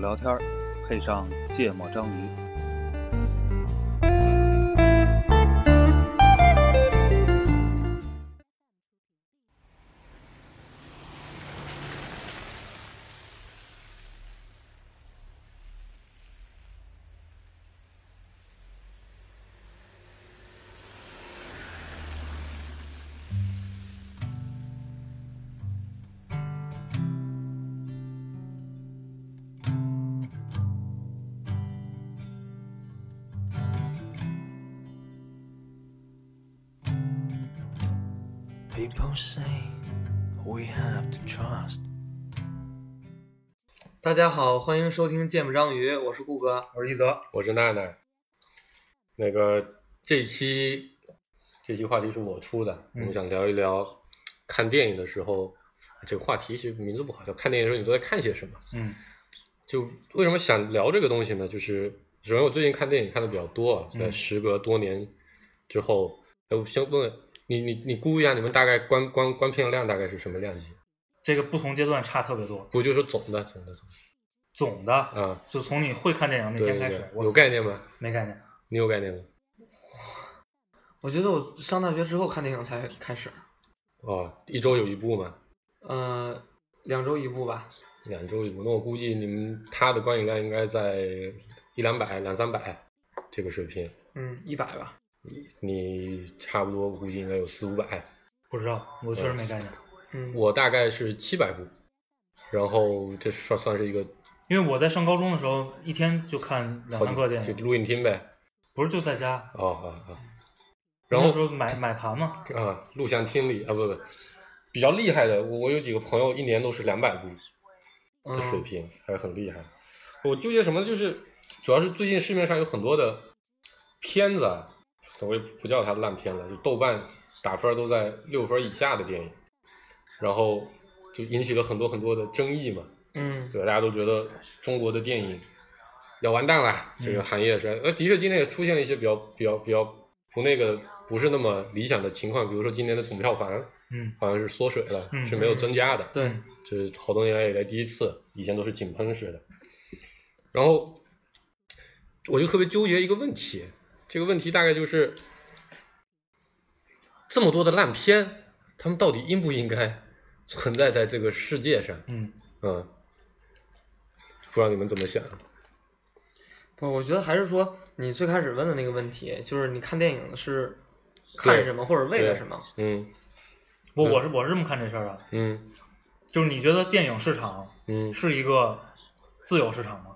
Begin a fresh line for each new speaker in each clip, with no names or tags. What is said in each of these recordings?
聊天，配上芥末章鱼。
People say we have to trust。
大家好，欢迎收听《芥末章鱼》，我是顾哥。
我是一泽，
我是奈奈。那个这期这期话题是我出的，我
嗯
们想聊一聊看电影的时候，这个话题其实名字不好叫。看电影的时候你都在看些什么？
嗯
就为什么想聊这个东西呢？就是首先我最近看电影看的比较多啊，在
嗯
时隔多年之后，哎，我先问问你，你你估一下，你们大概观观观片量大概是什么量级？
这个不同阶段差特别多。
不就说总的总的总
总的，
的啊？
就从你会看电影那
对
天
对
开始，
对，
我
有概念吗？
没概念？
你有概念吗？
我觉得我上大学之后看电影才开始，
哦，一周有一部吗？
呃，两周一部吧。
两周一部，那我估计你们他的观影量应该在一两百、两三百这个水平。
嗯，一百吧。
你差不多，我估计应该有四五百。
不知道，我确实没概念，
嗯，
我大概是七百部，然后这算算是一个
因为我在上高中的时候，一天就看两
好
三个电
就
影，
录影厅呗。
不是就在家，
哦哦哦，然后
那时候买买盘嘛，
啊，录像厅里啊，不不，比较厉害的，我我有几个朋友一年都是两百部的水
嗯，
平，还是很厉害。我纠结什么，就是主要是最近市面上有很多的片子啊，我也不叫它烂片了，就豆瓣打分都在六分以下的电影，然后就引起了很多很多的争议嘛。
嗯，
对，大家都觉得中国的电影要完蛋了，这个
嗯
行业是，呃，的确今年也出现了一些比较比较比较不那个不是那么理想的情况，比如说今年的总票房
嗯，
好像是缩水了，
嗯
是没有增加的，
对，
这是好多年来以来第一次，以前都是井喷式的。然后我就特别纠结一个问题，这个问题大概就是这么多的烂片，他们到底应不应该存在在这个世界上？
嗯，
嗯，不知道你们怎么想？啊
不，我觉得还是说你最开始问的那个问题，就是你看电影是看
对
什么或者为了
对
什么？
嗯
我我是我是这么看这事儿的，
嗯
就是你觉得电影市场
嗯，
是一个自由市场吗？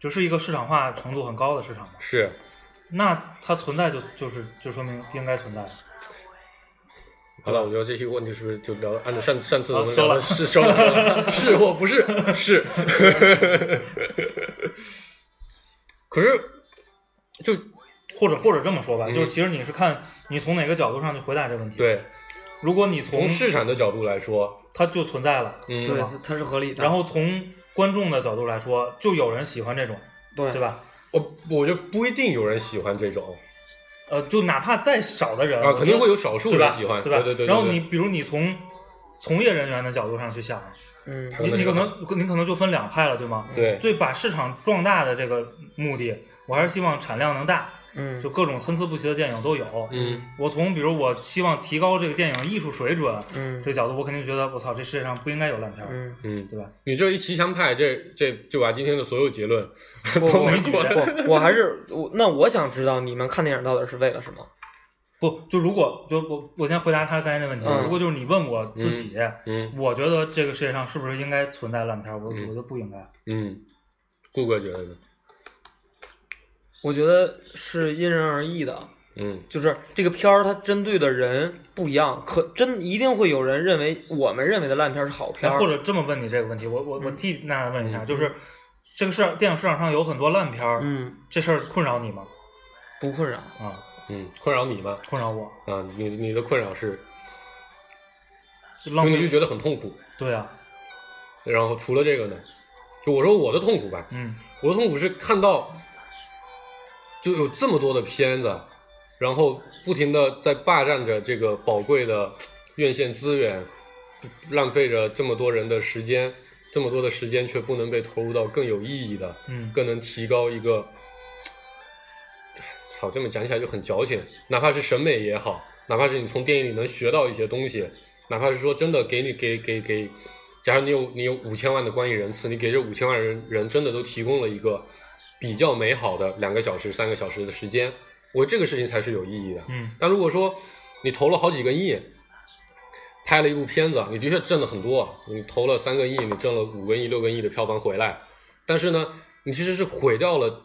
就是一个市场化程度很高的市场吗？
是
那它存在就就是就说明应该存在，
好了，我觉得这些问题是不是就聊按照上上次
好
我们聊的是收 了，是或不是是。 可是，就
或者或者这么说吧，
嗯
就是其实你是看你从哪个角度上去回答这个问题。，
对，
如果你从
从市场的角度来说，
它就存在了，
嗯，
对，它它是合理的。
然后从观众的角度来说，就有人喜欢这种，
对
对？吧？
我我觉得不一定有人喜欢这种
呃，就哪怕再少的人，
啊，
我
肯
觉
定
得
会有少数
对吧
人？喜欢，
吧？
对对对。
然后
对
你比如你从从业人员的角度上去想，
嗯
它
你你
可
可
能
能你可能就分两派了，对吗？
对
嗯对，把市场壮大的这个目的，我还是希望产量能大，
嗯，
就各种参差不齐的电影都有。
嗯
我从比如我希望提高这个电影艺术水准，
嗯
这个角度，我肯定觉得我操，这世界上不应该有烂片儿，
嗯，
嗯，
对吧？
你这一骑墙派，这这就把今天的所有结论
不
都
不
没过来。
不，我还是我那我想知道你们看电影到底是为了什么？
不，就如果就我我先回答他刚才那问题，
嗯
如果就是你问我自己，
嗯
我觉得这个世界上是不是应该存在烂片儿？我、
嗯
我觉得不应该。
嗯，顾哥觉得呢？
我觉得是因人而异的，
嗯
就是这个片儿它针对的人不一样，可真一定会有人认为我们认为的烂片儿是好片
哎
儿，
或者这么问你这个问题，我我我替娜娜问一下，
嗯
就是这个市场电影市场上有很多烂片儿，
嗯
这事儿困扰你吗？
不困扰。
啊，
嗯，困扰你吗？
困扰我，
啊，你你的困扰是，
就
就
浪
你就
费。
觉得很痛苦。
对啊，
然后除了这个呢，就我说我的痛苦吧，
嗯
我的痛苦是看到就有这么多的片子，然后不停的在霸占着这个宝贵的院线资源，浪费着这么多人的时间，这么多的时间却不能被投入到更有意义的、
嗯
更能提高一个，操，这么讲起来就很矫情。哪怕是审美也好，哪怕是你从电影里能学到一些东西，哪怕是说真的给你给给给，假如你有你有五千万的观影人次，你给这五千万人人真的都提供了一个比较美好的两个小时、三个小时的时间，我觉得这个事情才是有意义的。
嗯
但如果说你投了好几个亿，拍了一部片子，你的确挣了很多，你投了三个亿，你挣了五个亿、六个亿的票房回来，但是呢，你其实是毁掉了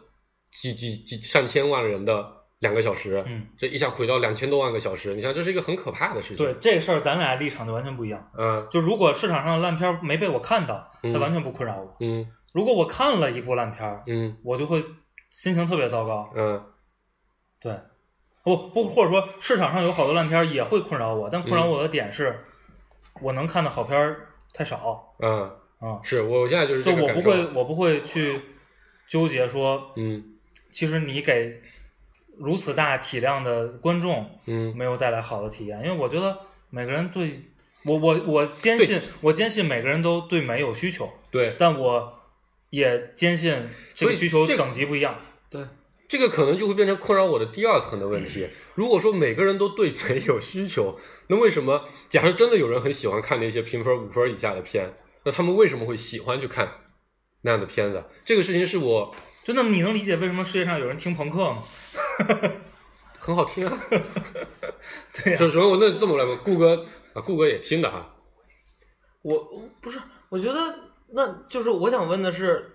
几几几上千万人的两个小时，
嗯，
这一下毁掉两千多万个小时，你想这是一个很可怕的事情。
对，这事儿咱俩立场就完全不一样。
嗯
就如果市场上的烂片儿没被我看到，
嗯
它完全不困扰我。
嗯
如果我看了一部烂片儿，
嗯
我就会心情特别糟糕。
嗯
对，不不，或者说市场上有好多烂片儿也会困扰我，但困
嗯
扰我的点是，我能看的好片儿太少
嗯，
啊、
是我我现在就是
就
这个
我
感
不
受。啊
会，我不会去纠结说，
嗯
其实你给如此大体量的观众
嗯
没有带来好的体验，因为我觉得每个人对我我我坚信，我坚信每个人都对美有需求，
对，
但我也坚信这
所
个
以
需求
这个
等级不一样。
对，
这个可能就会变成困扰我的第二层的 问题。如果说每个人都对美有需求，那为什么假设真的有人很喜欢看那些评分五分以下的片，那他们为什么会喜欢去看那样的片子？这个事情是我
就那么你能理解为什么世界上有人听朋克吗？
很好听啊。
对呀、
首首先我那这么来吧，顾哥啊，顾哥也听的哈，
我不是，我觉得那就是我想问的是，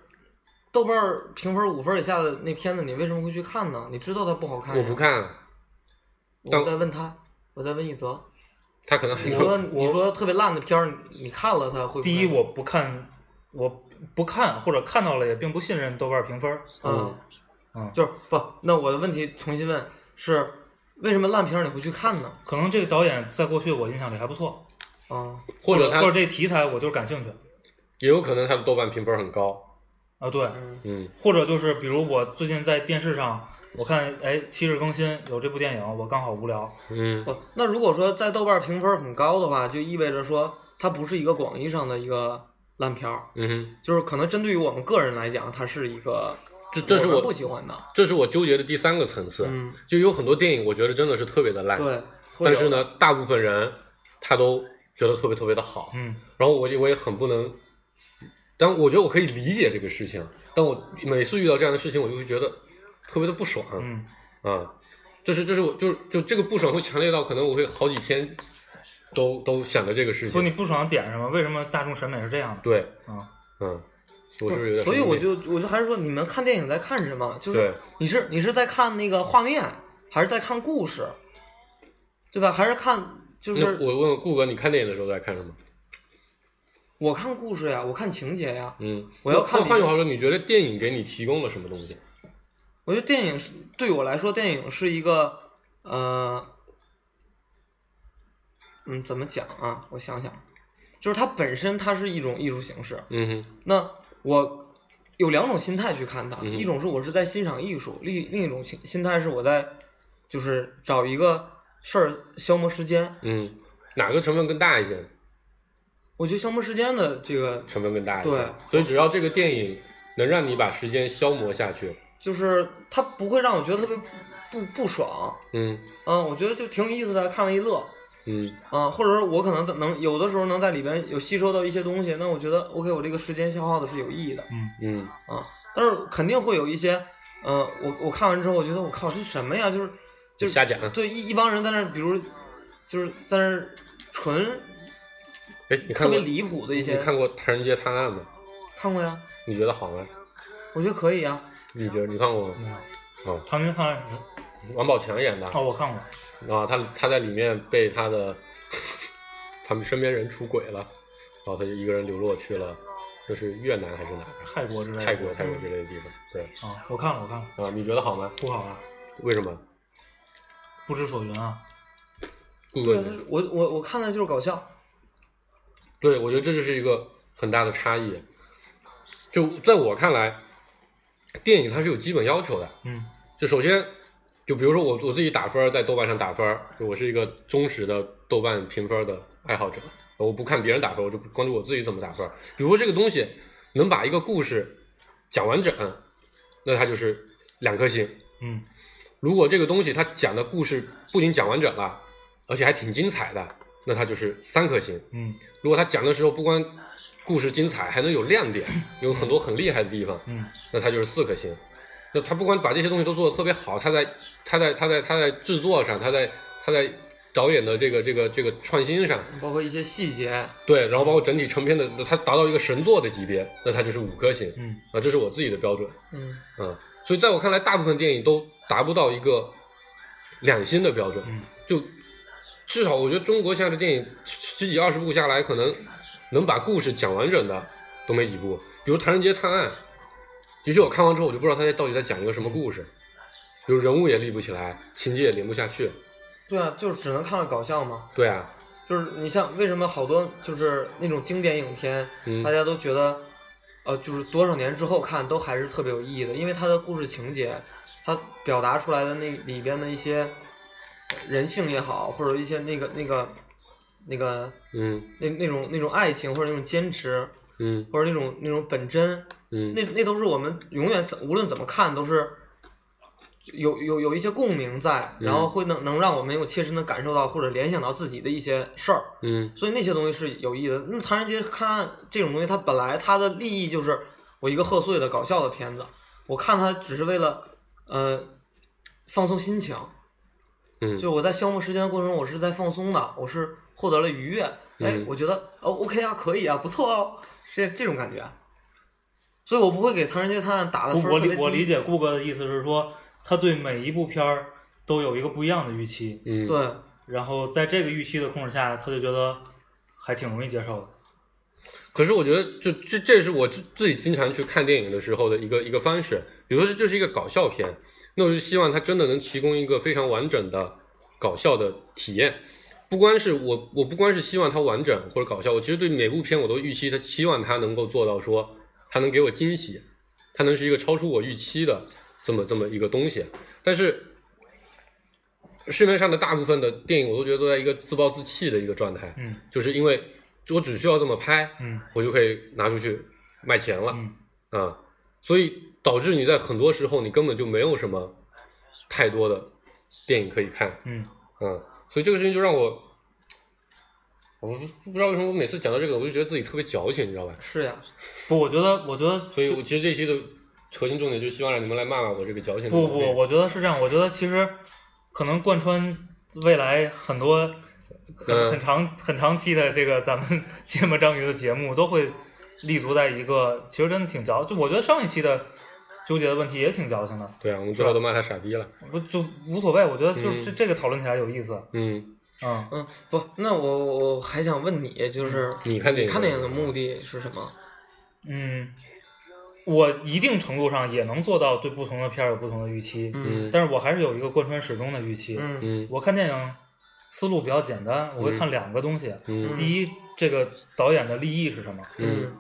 豆瓣儿评分五分以下的那片子，你为什么会去看呢？你知道它不好
哎
看，
我不，看，但
我在问他，我在问一泽，
他可能还
你
说
说你说特别烂的片儿，你你看了它会不会
第一，我不看，我不看或者看到了也并不信任豆瓣评分儿。
嗯
嗯
就是不，那我的问题重新问是为什么烂片儿你会去看呢？
可能这个导演在过去我印象里还不错，
啊，
或
或者
者他
这题材我就是感兴趣
也有可能他的豆瓣评分很高，
啊，对，
嗯
嗯
或者就是比如我最近在电视上我看哎七日更新有这部电影，我刚好无聊，
嗯
不，那如果说在豆瓣评分很高的话，就意味着说它不是一个广义上的一个烂片儿，
嗯哼，
就是可能针对于我们个人来讲，它是一个
这这是
们
我
不喜欢的。
这是我纠结的第三个层次，
嗯，
就有很多电影我觉得真的是特别的烂，
对。会
但
有
是，呢，大部分人他都觉得特别特别的好，
嗯，
然后我也我也很不能，但我觉得我可以理解这个事情，但我每次遇到这样的事情，我就会觉得特别的不爽，
嗯，
啊，这是这是我就是就这个不爽会强烈到可能我会好几天都都想着这个事
所以你
情，
不爽的点是什么？为什么大众审美是这样的？
对，
啊，
嗯，我是不是有点
所以
很
我
内
就我就还是说，你们看电影在看什么？就是
对
你是你是在看那个画面，还是在看故事，对吧？还是看就
那
是
我问顾哥，你看电影的时候在看什么？
我看故事呀，我看情节呀。
嗯，
我要
那
看
那换
你
句话说，你觉得电影给你提供了什么东西？
我觉得电影是对我来说，电影是一个呃，嗯，怎么讲啊？我想想，就是它本身它是一种艺术形式。
嗯哼，
那我有两种心态去看它，
嗯
一种是我是在欣赏艺术，另另一种心心态是我在就是找一个事儿消磨时间。
嗯，哪个成分更大一些？
我觉得消磨时间的这个
成本更大一些。
对
所以只要这个电影能让你把时间消磨下去，
就是它不会让我觉得特别不不爽，
嗯
嗯，我觉得就挺有意思的，看了一乐，
嗯
啊，或者说我可能能有的时候能在里边有吸收到一些东西，那我觉得 OK，我这个时间消耗的是有意义的
嗯
啊。但是肯定会有一些，呃，我我看完之后，我觉得我靠，这什么呀？就是就是
瞎讲
对一一帮人在那儿，比如就是在那儿纯
哎，你
特
看
别
过
离谱的一
你
些，
看过《唐人街探案》吗？
看过呀？
你觉得好吗？
我觉得可以啊呀。
你觉得你看过吗？
没有，
哦，
唐人街探案是
王宝强演的
哦，我看过，
啊，他他在里面被他的他们身边人出轨了，然后他就一个人流落去了，就是越南还是哪儿啊？
泰国之类的，嗯
泰
嗯
国泰国之类的地方。对
啊，我看了，我看了，
啊，你觉得好吗？
不好啊，
为什么？
不知所云啊，
顾
对
问，呢，
我我我看的就是搞笑，
对，我觉得这就是一个很大的差异。就在我看来，电影它是有基本要求的。
嗯
就首先，就比如说我我自己打分儿，在豆瓣上打分儿，就我是一个忠实的豆瓣评分儿的爱好者。我不看别人打分，我就关注我自己怎么打分。比如说这个东西能把一个故事讲完整，那它就是两颗星。
嗯
如果这个东西它讲的故事不仅讲完整了，而且还挺精彩的，那它就是三颗星。
嗯
如果他讲的时候不光故事精彩，还能有亮点，有很多很厉害的地方，
嗯
那他就是四颗星。那他不光把这些东西都做得特别好，他在他在他在他在制作上，他在他在导演的这个这个这个创新上，
包括一些细节，
对，然后包括整体成片的，他达到一个神作的级别，那他就是五颗星
嗯
啊，这是我自己的标准。
嗯
嗯，所以在我看来，大部分电影都达不到一个两星的标准。
嗯
就至少我觉得中国现在的电影十十几二十部下来，可能能把故事讲完整的都没几部。比如《唐人街探案》，的确我看完之后我就不知道他在到底在讲一个什么故事，比如人物也立不起来，情节也连不下去。
对啊，就是只能看了搞笑嘛。
对啊，
就是你像为什么好多就是那种经典影片，
嗯
大家都觉得，呃，就是多少年之后看都还是特别有意义的，因为它的故事情节，它表达出来的那里边的一些人性也好，或者一些那个那个那个
嗯
那那种那种爱情，或者那种坚持，
嗯
或者那种那种本真，
嗯
那那都是我们永远怎无论怎么看都是有有有一些共鸣在，
嗯
然后会能能让我们有切身的感受到或者联想到自己的一些事儿，
嗯
所以那些东西是有益的。那《唐人街探案》这种东西，它本来它的利益就是我一个贺岁的搞笑的片子，我看它只是为了呃放松心情，
嗯，
就我在消磨时间的过程中，我是在放松的，我是获得了愉悦。哎
嗯，
我觉得哦，OK 啊，可以啊，不错哦，这这种感觉。所以我不会给《唐人街探案》打的
我
分儿
我
特别
理
低。
我理解顾哥的意思是说，他对每一部片儿都有一个不一样的预期，
嗯
对，
然后在这个预期的控制下，他就觉得还挺容易接受的。
可是我觉得就，这这是我自自己经常去看电影的时候的一个一个方式。比如说，这是一个搞笑片，那我就希望它真的能提供一个非常完整的搞笑的体验。不光是我，我不光是希望它完整或者搞笑，我其实对每部片我都预期它，希望它能够做到说，它能给我惊喜，它能是一个超出我预期的这么这么一个东西。但是市面上的大部分的电影，我都觉得都在一个自暴自弃的一个状态，
嗯
就是因为我只需要这么拍，
嗯
我就可以拿出去卖钱了
嗯
啊、所以导致你在很多时候你根本就没有什么太多的电影可以看，
嗯
嗯，所以这个事情就让我，我不不知道为什么我每次讲到这个，我就觉得自己特别矫情，你知道吧？
是呀，
不，我觉得我觉得
所以我其实这期的核心重点就是希望让你们来骂骂我这个矫情的
不
毛
不
病。，
我觉得是这样。我觉得其实可能贯穿未来很多很
嗯
很长很长期的这个咱们 芥末章鱼的节目都会立足在一个，其实真的挺矫。就我觉得上一期的纠结的问题也挺矫情的，
对啊，我们最后都骂他傻逼了，
不就无所谓。我觉得就
嗯
这这个讨论起来有意思。
嗯，
嗯，
嗯，不，那我我还想问你，就是
你看电影
看电影的目的是什么？
嗯，我一定程度上也能做到对不同的片儿有不同的预期，
嗯
嗯
但是我还是有一个贯穿始终的预期。
嗯
嗯
我看电影思路比较简单，我会看两个东西。
嗯
第一，这个导演的立意是什么？
嗯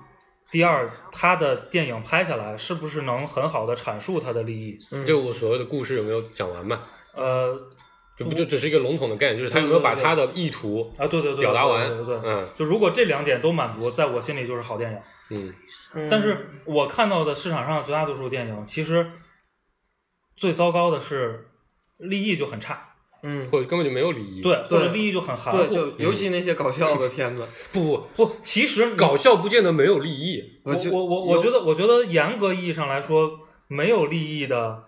第二，他的电影拍下来是不是能很好的阐述他的立意？
嗯，
就我所谓的故事有没有讲完嘛？
呃，
这不就只是一个笼统的概念，就是他有没有把他的意图
啊，对对对，
表达完？
对对对对
嗯
就如果这两点都满足，在我心里就是好电影。
嗯
嗯
但是我看到的市场上绝大多数电影，其实最糟糕的是立意就很差，
嗯，
或者根本就没有礼仪。
对，或者
对
立意就很含
对，
糊。
就尤其那些搞笑的片子，
不
不，其实你
搞笑不见得没有利益。
我
就
我我我觉得，我觉得严格意义上来说，没有利益的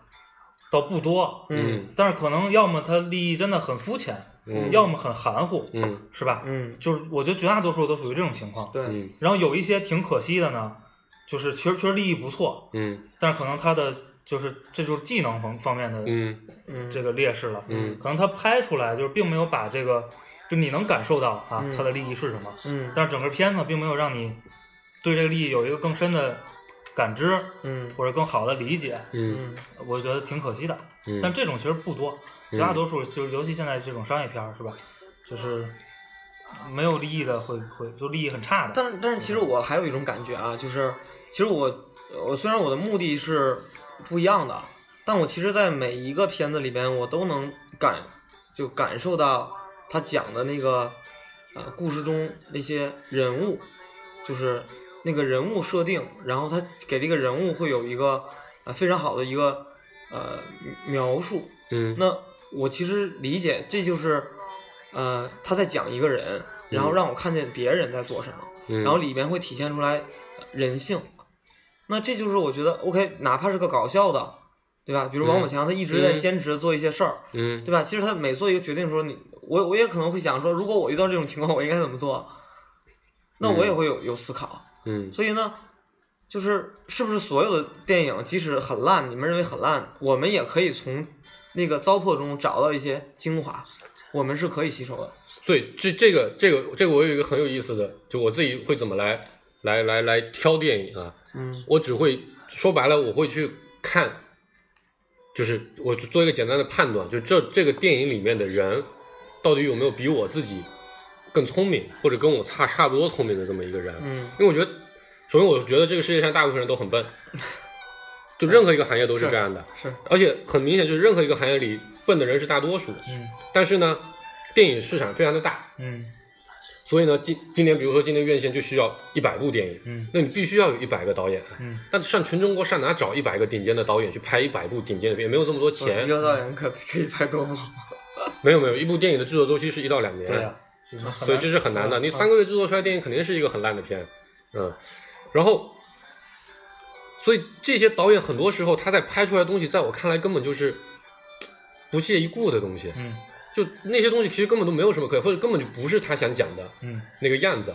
倒不多，
嗯
但是可能要么它利益真的很肤浅，
嗯
要么很含糊，
嗯
是吧？
嗯，
就是我觉得绝大多数都属于这种情况。
对，
嗯
然后有一些挺可惜的呢，就是其实确实利益不错，
嗯
但是可能他的就是这就是技能方方面的
嗯
嗯，
这个劣势了，
嗯
可能他拍出来就是并没有把这个，就你能感受到啊
嗯
他的利益是什么，
嗯
但是整个片子并没有让你对这个利益有一个更深的感知
嗯
或者更好的理解，
嗯
嗯
我觉得挺可惜的。
嗯。
但这种其实不多，绝大多数就是尤其现在这种商业片儿是吧，就是没有利益的会会就利益很差的。
但是但是其实我还有一种感觉啊，就是其实我我虽然我的目的是不一样的，但我其实，在每一个片子里边，我都能感就感受到他讲的那个呃故事中那些人物，就是那个人物设定，然后他给这个人物会有一个呃非常好的一个呃描述。
嗯，
那我其实理解，这就是呃他在讲一个人，然后
嗯
让我看见别人在做什么。
嗯
然后里面会体现出来呃人性。那这就是我觉得 OK，哪怕是个搞笑的，对吧？比如王宝
嗯
强，他一直在
嗯
坚持做一些事儿，
嗯
对吧？其实他每做一个决定的时候，你我我也可能会想说，如果我遇到这种情况，我应该怎么做？那我也
嗯
会有有思考。
嗯
所以呢，就是是不是所有的电影，即使很烂，你们认为很烂，我们也可以从那个糟粕中找到一些精华，我们是可以吸收的。
所以这这个这个这个我有一个很有意思的，就我自己会怎么来来来来挑电影啊，
嗯
我只会说白了，我会去看，就是我做一个简单的判断，就这这个电影里面的人到底有没有比我自己更聪明，或者跟我差差不多聪明的这么一个人。
嗯，
因为我觉得，首先我觉得这个世界上大部分人都很笨，就任何一个行业都是
是
这样的，
是，
而且很明显就是任何一个行业里笨的人是大多数。
嗯
但是呢，电影市场非常的大，
嗯
所以呢，今今年比如说今年院线就需要一百部电影，
嗯
那你必须要有一百个导演。啊
嗯，
但上全中国上哪找一百个顶尖的导演去拍一百部顶尖的片？也没有这么多钱
一，个导演可可以拍多部。
没有没有，一部电影的制作周期是一到两年，
啊
对呀、啊就是很
所以
难
这是很难的。
嗯
你三个月制作出来的电影肯定是一个很烂的片，嗯，然后，所以这些导演很多时候他在拍出来的东西，在我看来根本就是不屑一顾的东西，
嗯
就那些东西其实根本都没有什么可，或者根本就不是他想讲的
嗯
那个样子。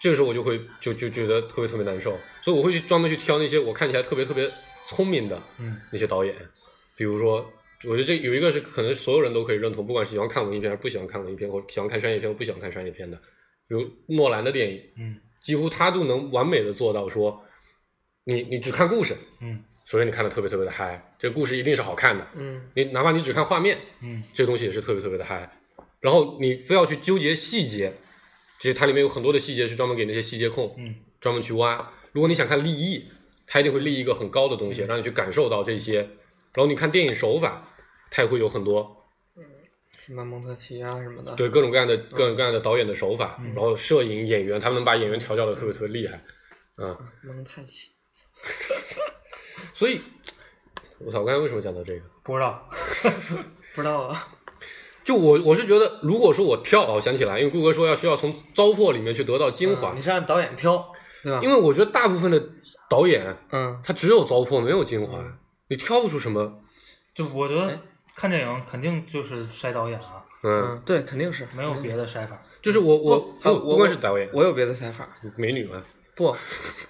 这个时候我就会就就觉得特别特别难受，所以我会去专门去挑那些我看起来特别特别聪明的，
嗯
那些导演，比如说，我觉得这有一个是可能所有人都可以认同，不管喜欢看文艺片还是不喜欢看文艺片，或者喜欢看商业片或不喜欢看商业片的，比如诺兰的电影，
嗯
几乎他都能完美的做到说，你你只看故事，
嗯
首先你看的特别特别的嗨，这个故事一定是好看的，
嗯
你哪怕你只看画面，
嗯
这东西也是特别特别的嗨。然后你非要去纠结细节，其实它里面有很多的细节是专门给那些细节控，
嗯，
专门去挖。如果你想看立意，它一定会立一个很高的东西，让你去感受到这些。然后你看电影手法，它也会有很多
什么蒙特奇啊什么的。
对各种各样的各种各样的导演的手法，
嗯
然后摄影演员，他们能把演员调教的特别特别厉害，嗯，
啊蒙太奇。
所以，我操，我刚才为什么讲到这个？
不知道，
不知道啊。
就我我是觉得，如果说我跳，哦，我想起来，因为顾哥说要需要从糟粕里面去得到精华，
嗯你是按导演挑，对吧？
因为我觉得大部分的导演
嗯，
他只有糟粕没有精华，你挑不出什么。
就我觉
哎
得看电影肯定就是筛导演啊，
嗯，
嗯，对，肯定是
没有别。的筛法。
就是我我
还有
不不管是导演，
我有别的想法，
美女嘛，
不，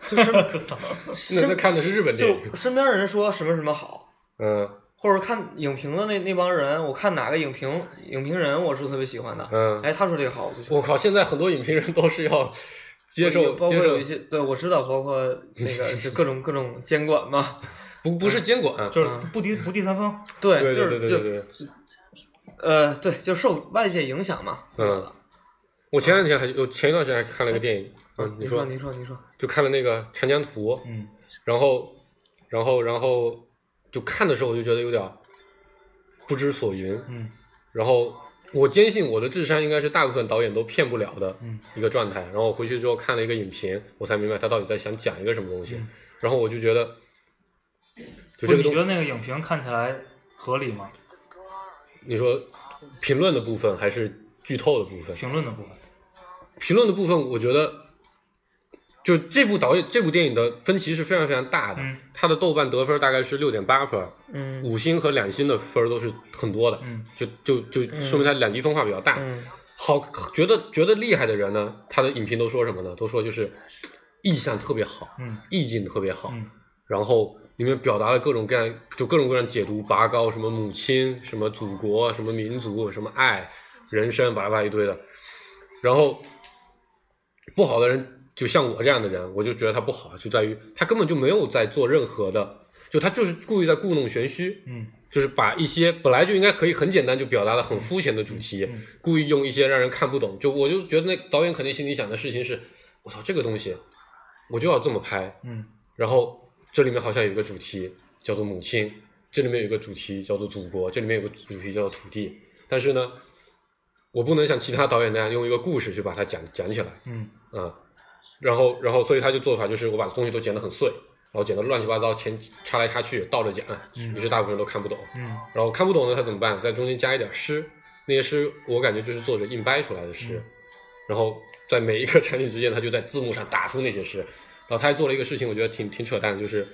就是
那
身
那看的是日本电影
就。身边人说什么什么好，
嗯
或者看影评的那那帮人，我看哪个影评影评人我是特别喜欢的，
嗯，
哎，他说这个好，我就去
我靠，现在很多影评人都是要接受
包括
接受
有一，些对我知道，包括那个就各种各种监管嘛，
不不是监管，
就是不第不第三方，
嗯对，
对
就
对
是
对
就
对对。
呃对，就受外界影响嘛。
嗯，我前两天还有前一段时间还看了一个电影，
哎
嗯，
哦你
说
你说你说，
就看了那个《长江图》，
嗯
然后然后然后就看的时候我就觉得有点儿不知所云，
嗯
然后我坚信我的智商应该是大部分导演都骗不了的
嗯
一个状态。然后我回去之后看了一个影评，我才明白他到底在想讲一个什么东西。
嗯。
然后我就觉得，
不，
就这个
你
东
觉得那个影评看起来合理吗？
你说评论的部分还是剧透的部分？
评论的部分，
评论的部分，我觉得。就这部导演这部电影的分歧是非常非常大的，
嗯
它的豆瓣得分大概是六点八分，
嗯
五星和两星的分儿都是很多的，
嗯
就就就说明它两极分化比较大。
嗯
好觉得觉得厉害的人呢，他的影评都说什么呢？都说就是意象特别好，
嗯
意境特别好，
嗯
然后里面表达了各种各样就各种各样解读，拔高什么母亲、什么祖国、什么民族、什么爱、人生，巴拉巴拉一堆的。然后不好的人，就像我这样的人，我就觉得他不好，就在于他根本就没有在做任何的，就他就是故意在故弄玄虚，
嗯
就是把一些本来就应该可以很简单就表达的很肤浅的主题，
嗯
故意用一些让人看不懂。就我就觉得那导演肯定心里想的事情是，我操这个东西，我就要这么拍。
嗯
然后这里面好像有一个主题叫做母亲，这里面有一个主题叫做祖国，这里面有个主题叫做土地。但是呢，我不能像其他导演那样用一个故事去把它讲讲起来
嗯
啊、然后然后所以他就做法就是我把东西都剪得很碎，然后剪得乱七八糟，前插来插去，倒着讲，
嗯
于是大部分人都看不懂。
嗯
然后看不懂的他怎么办？在中间加一点诗，那些诗我感觉就是作者硬掰出来的诗，
嗯
然后在每一个场景之间，他就在字幕上打出那些诗。然后他还做了一个事情，我觉得挺挺扯淡的，就是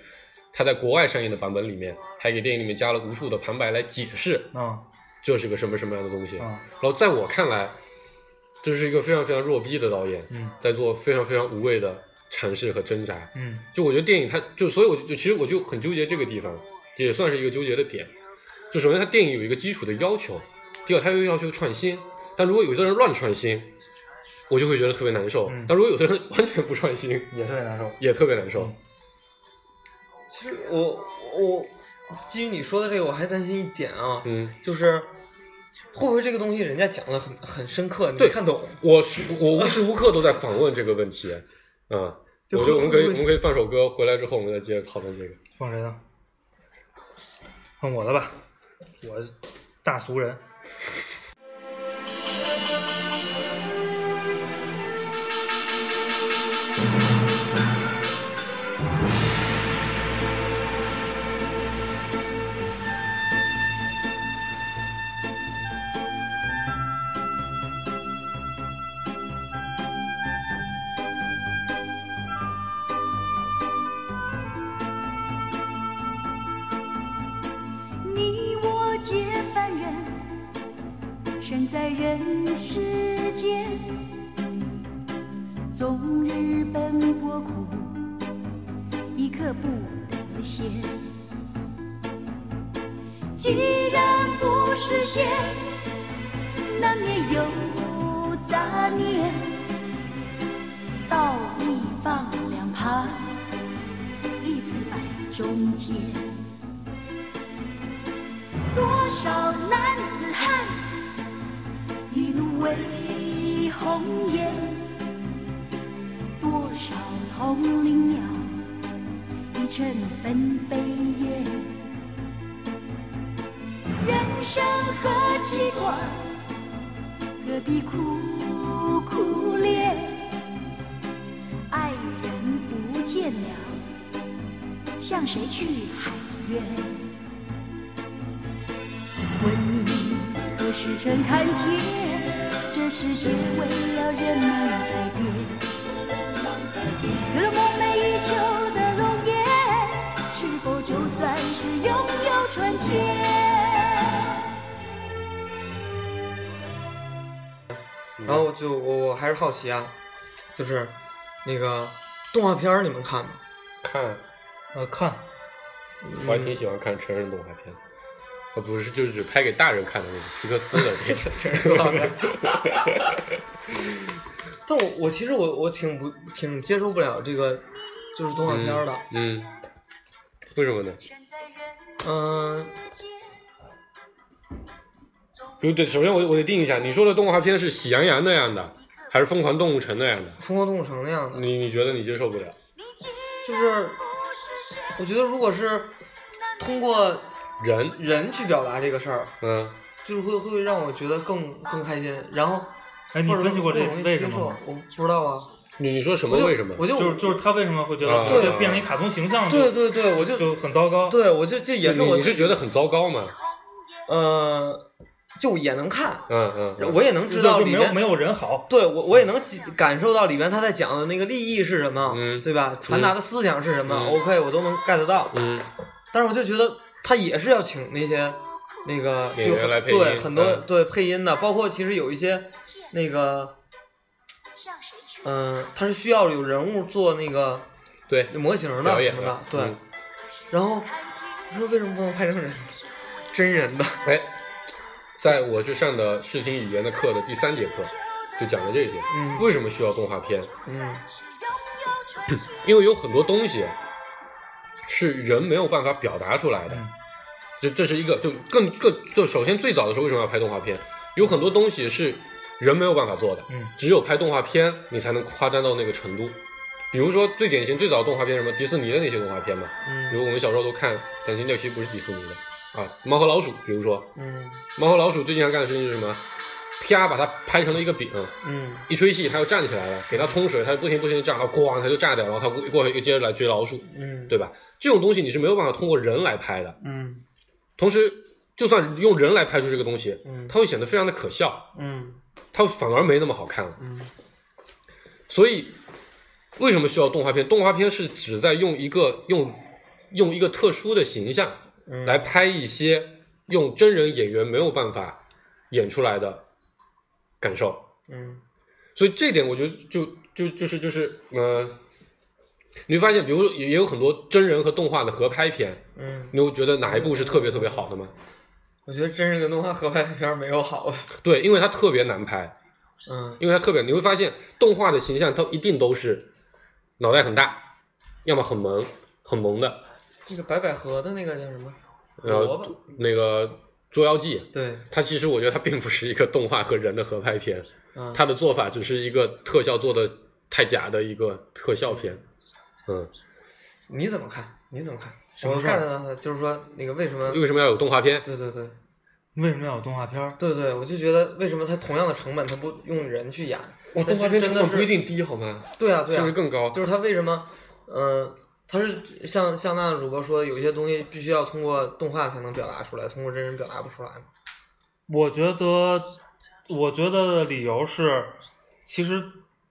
他在国外上映的版本里面，还给电影里面加了无数的旁白来解释
啊
这是个什么什么样的东西。
啊
然后在我看来，这是一个非常非常弱逼的导演，
嗯
在做非常非常无谓的阐释和挣扎。
嗯
就我觉得电影它就，所以我就其实我就很纠结这个地方，也算是一个纠结的点。就首先它电影有一个基础的要求，第二它又要求创新，但如果有的人乱创新，我就会觉得特别难受。
嗯
但如果有的人完全不创新，
也特别难受。
也特别难受。
嗯
其实我我基于你说的这个，我还担心一点啊，
嗯，
就是会不会这个东西人家讲的很很深刻，你没
对
看懂？
我是我无时无刻都在访问这个问题，嗯。
就
我觉得我们可以，
会
我
不会
们可以放首歌，回来之后我们再接着讨论这个。
放谁呢？放我的吧，我大俗人。
你我皆凡人，身在人世间，终日奔波苦，一刻不得闲。既然不实现，难免有杂念，道义放两旁，日子摆中间。多少男子汉，一路为红颜；多少同林鸟，一乘纷飞燕。人生何其短，何必苦苦恋？爱人不见了，向谁去喊冤？问你何时曾看见，这世界为了人们改变？有了梦寐以求的容颜，是否就算是拥有春天？
然后就我我还是好奇啊，就是那个动画片儿你们看吗？
看，
呃，看，
我还挺喜欢看成人动画片，呃，不是，就是只拍给大人看的那种皮克斯的那种 成人动画片。
但我我其实我我挺不挺接受不了这个就是动画片儿的，
嗯，为什么呢？
嗯、
就对，首先我我得定一下，你说的动画片是《喜羊羊》那样的，还是《疯狂动物城》那样的？
疯狂动物城》那样的，
你你觉得你接受不了
就是我觉得如果是通过
人？
人去表达这个事儿，
嗯，
就是会会让我觉得更更开心，然后
哎，你
或者
分析过
更
这
容易
为
接
什
受，
么吗？
我不知道啊，
你你说什么
我就
为什么？
我就
就是就是他为什么会觉
啊
得这
对
变成一卡通形象就？
对对对，我就
就很糟糕。
对我就这也是
你
我
你
自
是
己
觉得很糟糕吗？
呃，就也能看，
嗯嗯，嗯
我也能
就，
知道
就
里
没有
面
没有人好。
对我，我也能记感受到里面他在讲的那个利益是什么，
嗯
对吧？传达的思想是什么、
嗯
o k 我都能 get 到。
嗯
但是我就觉得他也是要请那些那个
演
就
员
很
来配音
对很多、
嗯
对配音的，包括其实有一些那个，嗯、他是需要有人物做那个
对，
模型
表
的
演
什么的，对。
嗯
然后我说为什么不能拍成人真人的？
哎，在我去上的视听语言的课的第三节课，就讲了这一点，
嗯
为什么需要动画片？
嗯
因为有很多东西是人没有办法表达出来的，
嗯
就这是一个就更更就首先最早的时候为什么要拍动画片？有很多东西是人没有办法做的，
嗯
只有拍动画片你才能夸张到那个程度。比如说最典型最早的动画片是什么迪士尼的那些动画片嘛，比
嗯
如我们小时候都看，但是那其实不是迪士尼的啊，《猫和老鼠》，比如说《
嗯
猫和老鼠》最经常干的事情是什么？啪把它拍成了一个饼，
嗯
一吹气它又站起来了，给它冲水，它就不停不停地炸，然后咣它就炸掉，然后它过过去又接着来追老鼠，
嗯，
对吧？这种东西你是没有办法通过人来拍的。
嗯
同时，就算用人来拍出这个东西，
嗯
它会显得非常的可笑，
嗯
它反而没那么好看了。
嗯
所以为什么需要动画片？动画片是只在用一个用用一个特殊的形象
嗯，
来拍一些用真人演员没有办法演出来的感受。
嗯
所以这点我觉得就就就是就是呃，你会发现，比如也也有很多真人和动画的合拍片，
嗯，
你会觉得哪一部是特别特别好的吗？
我觉得真人跟动画合拍的片儿没有好的，
对，因为它特别难拍，
嗯
因为它特别，你会发现动画的形象它一定都是脑袋很大，要么很萌很萌的，
那个白百合的那个叫什么？萝
呃
卜，
那个《捉妖记》，
对，
它其实我觉得它并不是一个动画和人的合拍片，
嗯，
它的做法只是一个特效做的太假的一个特效片。嗯，
你怎么看？你怎么看？
什么
我
事儿
get 到的就是说那个为什么？
嗯为什么要有动画片？
对对对
为什么要有动画片儿？
对对，我就觉得为什么它同样的成本，它不用人去演？
我
但
动
是
画片
真
成
的
本
是
不一定低，好吗？
对啊对
甚
啊
至，更高。
就是他为什么，呃，他是像像那主播说的，有一些东西必须要通过动画才能表达出来，通过真人表达不出来嘛。
我觉得，我觉得的理由是，其实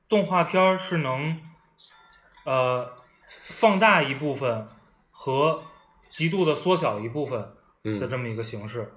动画片儿是能，呃，放大一部分和极度的缩小一部分
嗯，
的这么一个形式。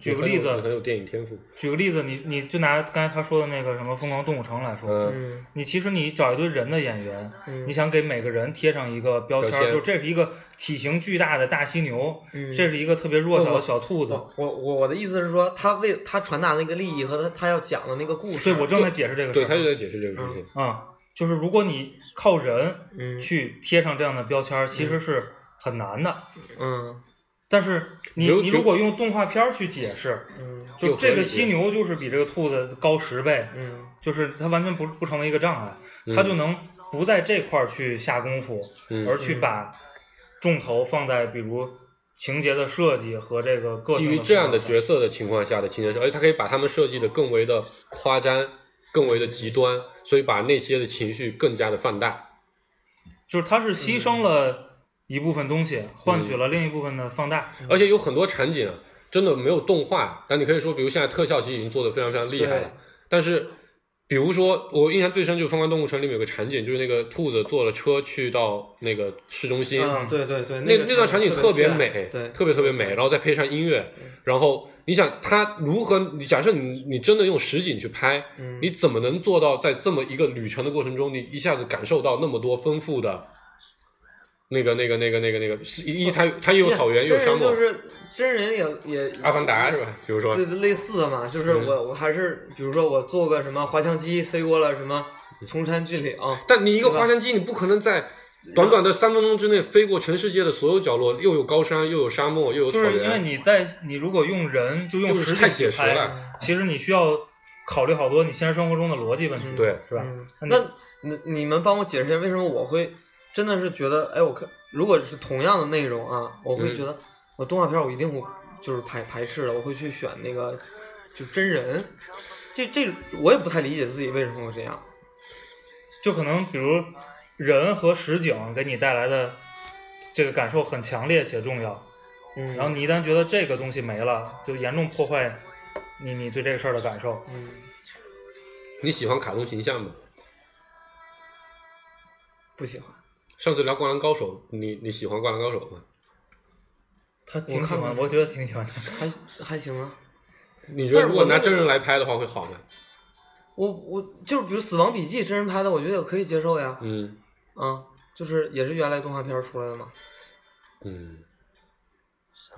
举
你
个
很
例
有你很有
子，
电影天赋。
嗯
举个例子，你你就拿刚才他说的那个什么《疯狂动物城》来说，
嗯，
嗯
你其实你找一堆人的演员，
嗯，
你想给每个人贴上一个标签
标
儿，
签
就这是一个体型巨大的大犀牛，
嗯
这是一个特别弱小的小兔子。
哦
我我我我的意思是说，他为他传达那个利益和他他要讲的那个故事，
对，我正在解释这个事儿
对，
啊。
他就在解释这个事情。
啊、就是如果你靠人
嗯
去贴上这样的标签儿，其
嗯
实是很难的。
嗯
但是你
比如
你如果用动画片儿去解释，
嗯
就
又合
这
理
个
一
犀
点
牛就是比这个兔子高十倍，
嗯
就是它完全不不成为一个障碍，
嗯
它就能不在这块儿去下功夫，
嗯
而去把重头放在比如情节的设计和这个个性
基
的
于
塑
这样
造
的
上
角色的情况下的情节，而且他可以把他们设计的更为的夸张，更为的极端，所以把那些的情绪更加的放大。
就是它是牺
嗯
牲了一部分东西，换取了另一部分的放大。
嗯
而且有很多场景啊，真的没有动画，但你可以说，比如现在特效其实已经做的非常非常厉害了，但是。比如说，我印象最深就是《疯狂动物城》里面有个场景，就是那个兔子坐了车去到那个市中心，
嗯，对对对，
那
个
那段场景特别
炫
美，
对，
特别特别美，然后再配上音乐，然后你想他如何？你假设你你真的用实景去拍，
嗯
你怎么能做到在这么一个旅程的过程中，你一下子感受到那么多丰富的？那个、那个、那个、那个、那个，是一一它它又有草原，又
真
有
人
沙
就，
漠
是真人也也
阿凡达是吧？嗯比如说，
对，就类似的嘛，就是我、我还是比如说我坐个什么滑翔机飞过了什么崇山峻岭，
但你一个
对吧
滑翔机，你不可能在短短的三分钟之内飞过全世界的所有角落，又有高山，又有沙漠，又有草
就是因为
原，
你在你如果用人就用
就
实
是
体
太
去
写实
拍，
了。
其实你需要考虑好多你现实生活中的逻辑问题，
嗯
对
是吧？
嗯，
那
那你你们帮我解释一下，为什么我会真的是觉得，哎，我看如果是同样的内容啊，我会
嗯
觉得我动画片我一定会就是排排斥的，我会去选那个就真人，这这我也不太理解自己为什么会这样。
就可能比如人和实景给你带来的这个感受很强烈且重要，
嗯，
然后你一旦觉得这个东西没了，就严重破坏你你对这个事儿的感受。
嗯，
你喜欢卡通形象吗？
不喜欢，
上次聊《灌篮高手》，你你喜欢《灌篮高手》吗？
他挺
我
喜
看
欢，
看
我觉得挺喜欢的。
还还行啊。
你觉得如果
但是我
拿
那个
真人来拍的话会好吗？
我我就是比如《死亡笔记》真人拍的，我觉得也可以接受呀。
嗯
啊，就是也是原来动画片儿出来的嘛。
嗯，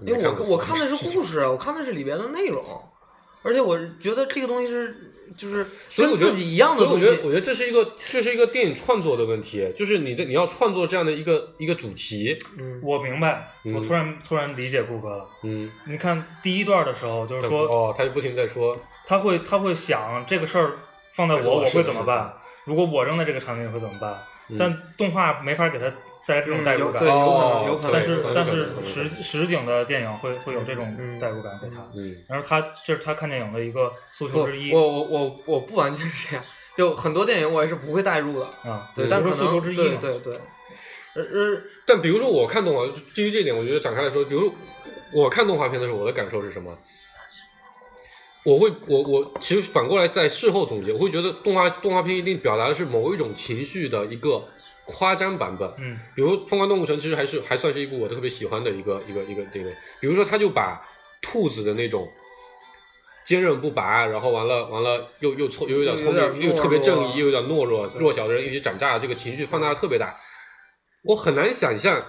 因为我我看的是故
事，
事，啊我看的是里边的内容，而且我觉得这个东西是就是
所以
跟
我觉得
自己一样的
所
东
以我觉得，我
西。
觉得这是一个这是一个电影创作的问题，就是你这你要创作这样的一个一个主题，
嗯
我明白，
嗯
我突然突然理解顾哥了。
嗯，
你看第一段的时候，就是
但
说
哦，他就不停地在说，
他会他会想这个事儿放在
还是
我，
我
我
是
会
怎
怎么
么
办？如果我扔在这个场景里会怎么办？
嗯
但动画没法给他带这种代入
嗯有
感。
对，有可
哦
能，有可能。
但
有
是
可能
但
有
是
可能
实实景的电影会会有这种
嗯
代入感给他，
嗯
然后他这是他看电影的一个诉
不，
求之一
我我我我不完全是这样，就很多电影我也是不会代入的，
啊，
对，
嗯
但
不
可
是诉求
能
之一
对
嘛
对对，
呃呃，
但比如说我看动画，基于这一点，我觉得展开来说，比如我看动画片的时候，我的感受是什么？我会，我我其实反过来在事后总结，我会觉得动画动画片一定表达的是某一种情绪的一个夸张版本。
嗯
比如《疯狂动物城》，其实还是还算是一部我特别喜欢的一个一个一个电影。比如说，他就把兔子的那种坚韧不拔，然后完了完了又又聪又有点
又
聪
有
明，
点
又特别
懦弱
正义，又有点懦弱，
对
弱小的人一起长大，这个情绪放大的特别大。我很难想象，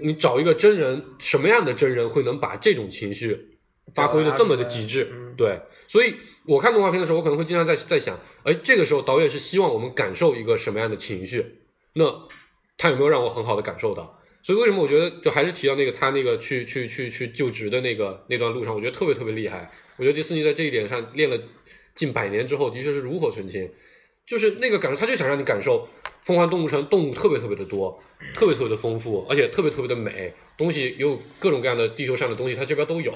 你找一个真人什么样的真人会能把这种情绪发挥的这么的极致？
表达出来嗯
对，所以我看动画片的时候，我可能会经常在在想，哎，这个时候导演是希望我们感受一个什么样的情绪？那他有没有让我很好的感受到？所以为什么我觉得就还是提到那个他那个去去去去就职的那个那段路上，我觉得特别特别厉害。我觉得迪士尼在这一点上练了近百年之后，的确是炉火纯青，就是那个感受，他就想让你感受疯狂动物城动物特别特别的多，特别特别的丰富，而且特别特别的美，东西有各种各样的地球上的东西，它这边都有。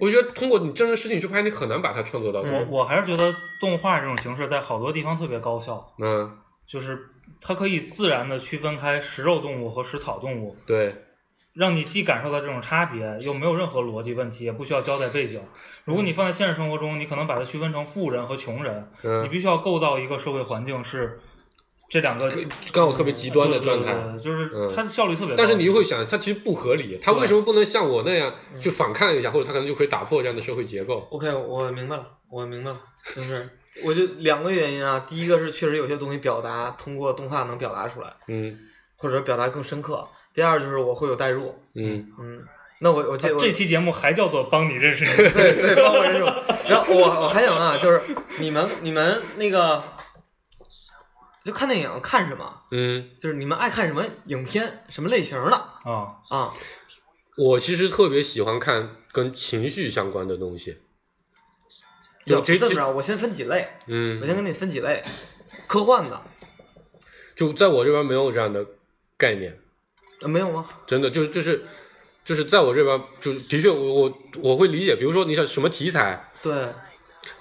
我觉得通过你真人实景去拍，你很难把它创作到这
我
样。
我还是觉得动画这种形式在好多地方特别高效，
嗯，
就是它可以自然的区分开食肉动物和食草动物，
对，
让你既感受到这种差别，又没有任何逻辑问题，也不需要交代背景。如
嗯
果你放在现实生活中，你可能把它区分成富人和穷人，你
嗯，
必须要构造一个社会环境是这两个
刚好特别极端的状态。
对对对就
嗯
是它的效率特别高。
但是你又会想，它其实不合理，它为什么不能像我那样去反抗一下，或者它可能就可以打破这样的社会结构？
OK，我明白了，我明白了，就是 我就两个原因啊，第一个是确实有些东西表达通过动画能表达出来，
嗯
或者表达更深刻；第二就是我会有代入，
嗯，啊
嗯，那我我记
这
我
这期节目还叫做帮你认识 你。
对对，包括这种。然后我我还想啊，就是你们你们那个就看电影看什么？
嗯，
就是你们爱看什么影片，什么类型的
啊，
啊？
我其实特别喜欢看跟情绪相关的东西。就
啊要不
这
这么
这
着，我先分几类，我先
嗯，
给你分几类，科幻的
就在我这边没有这样的概念，
呃没有吗？
真的就是就是就是在我这边就是的确我我我会理解，比如说你想什么题材，
对，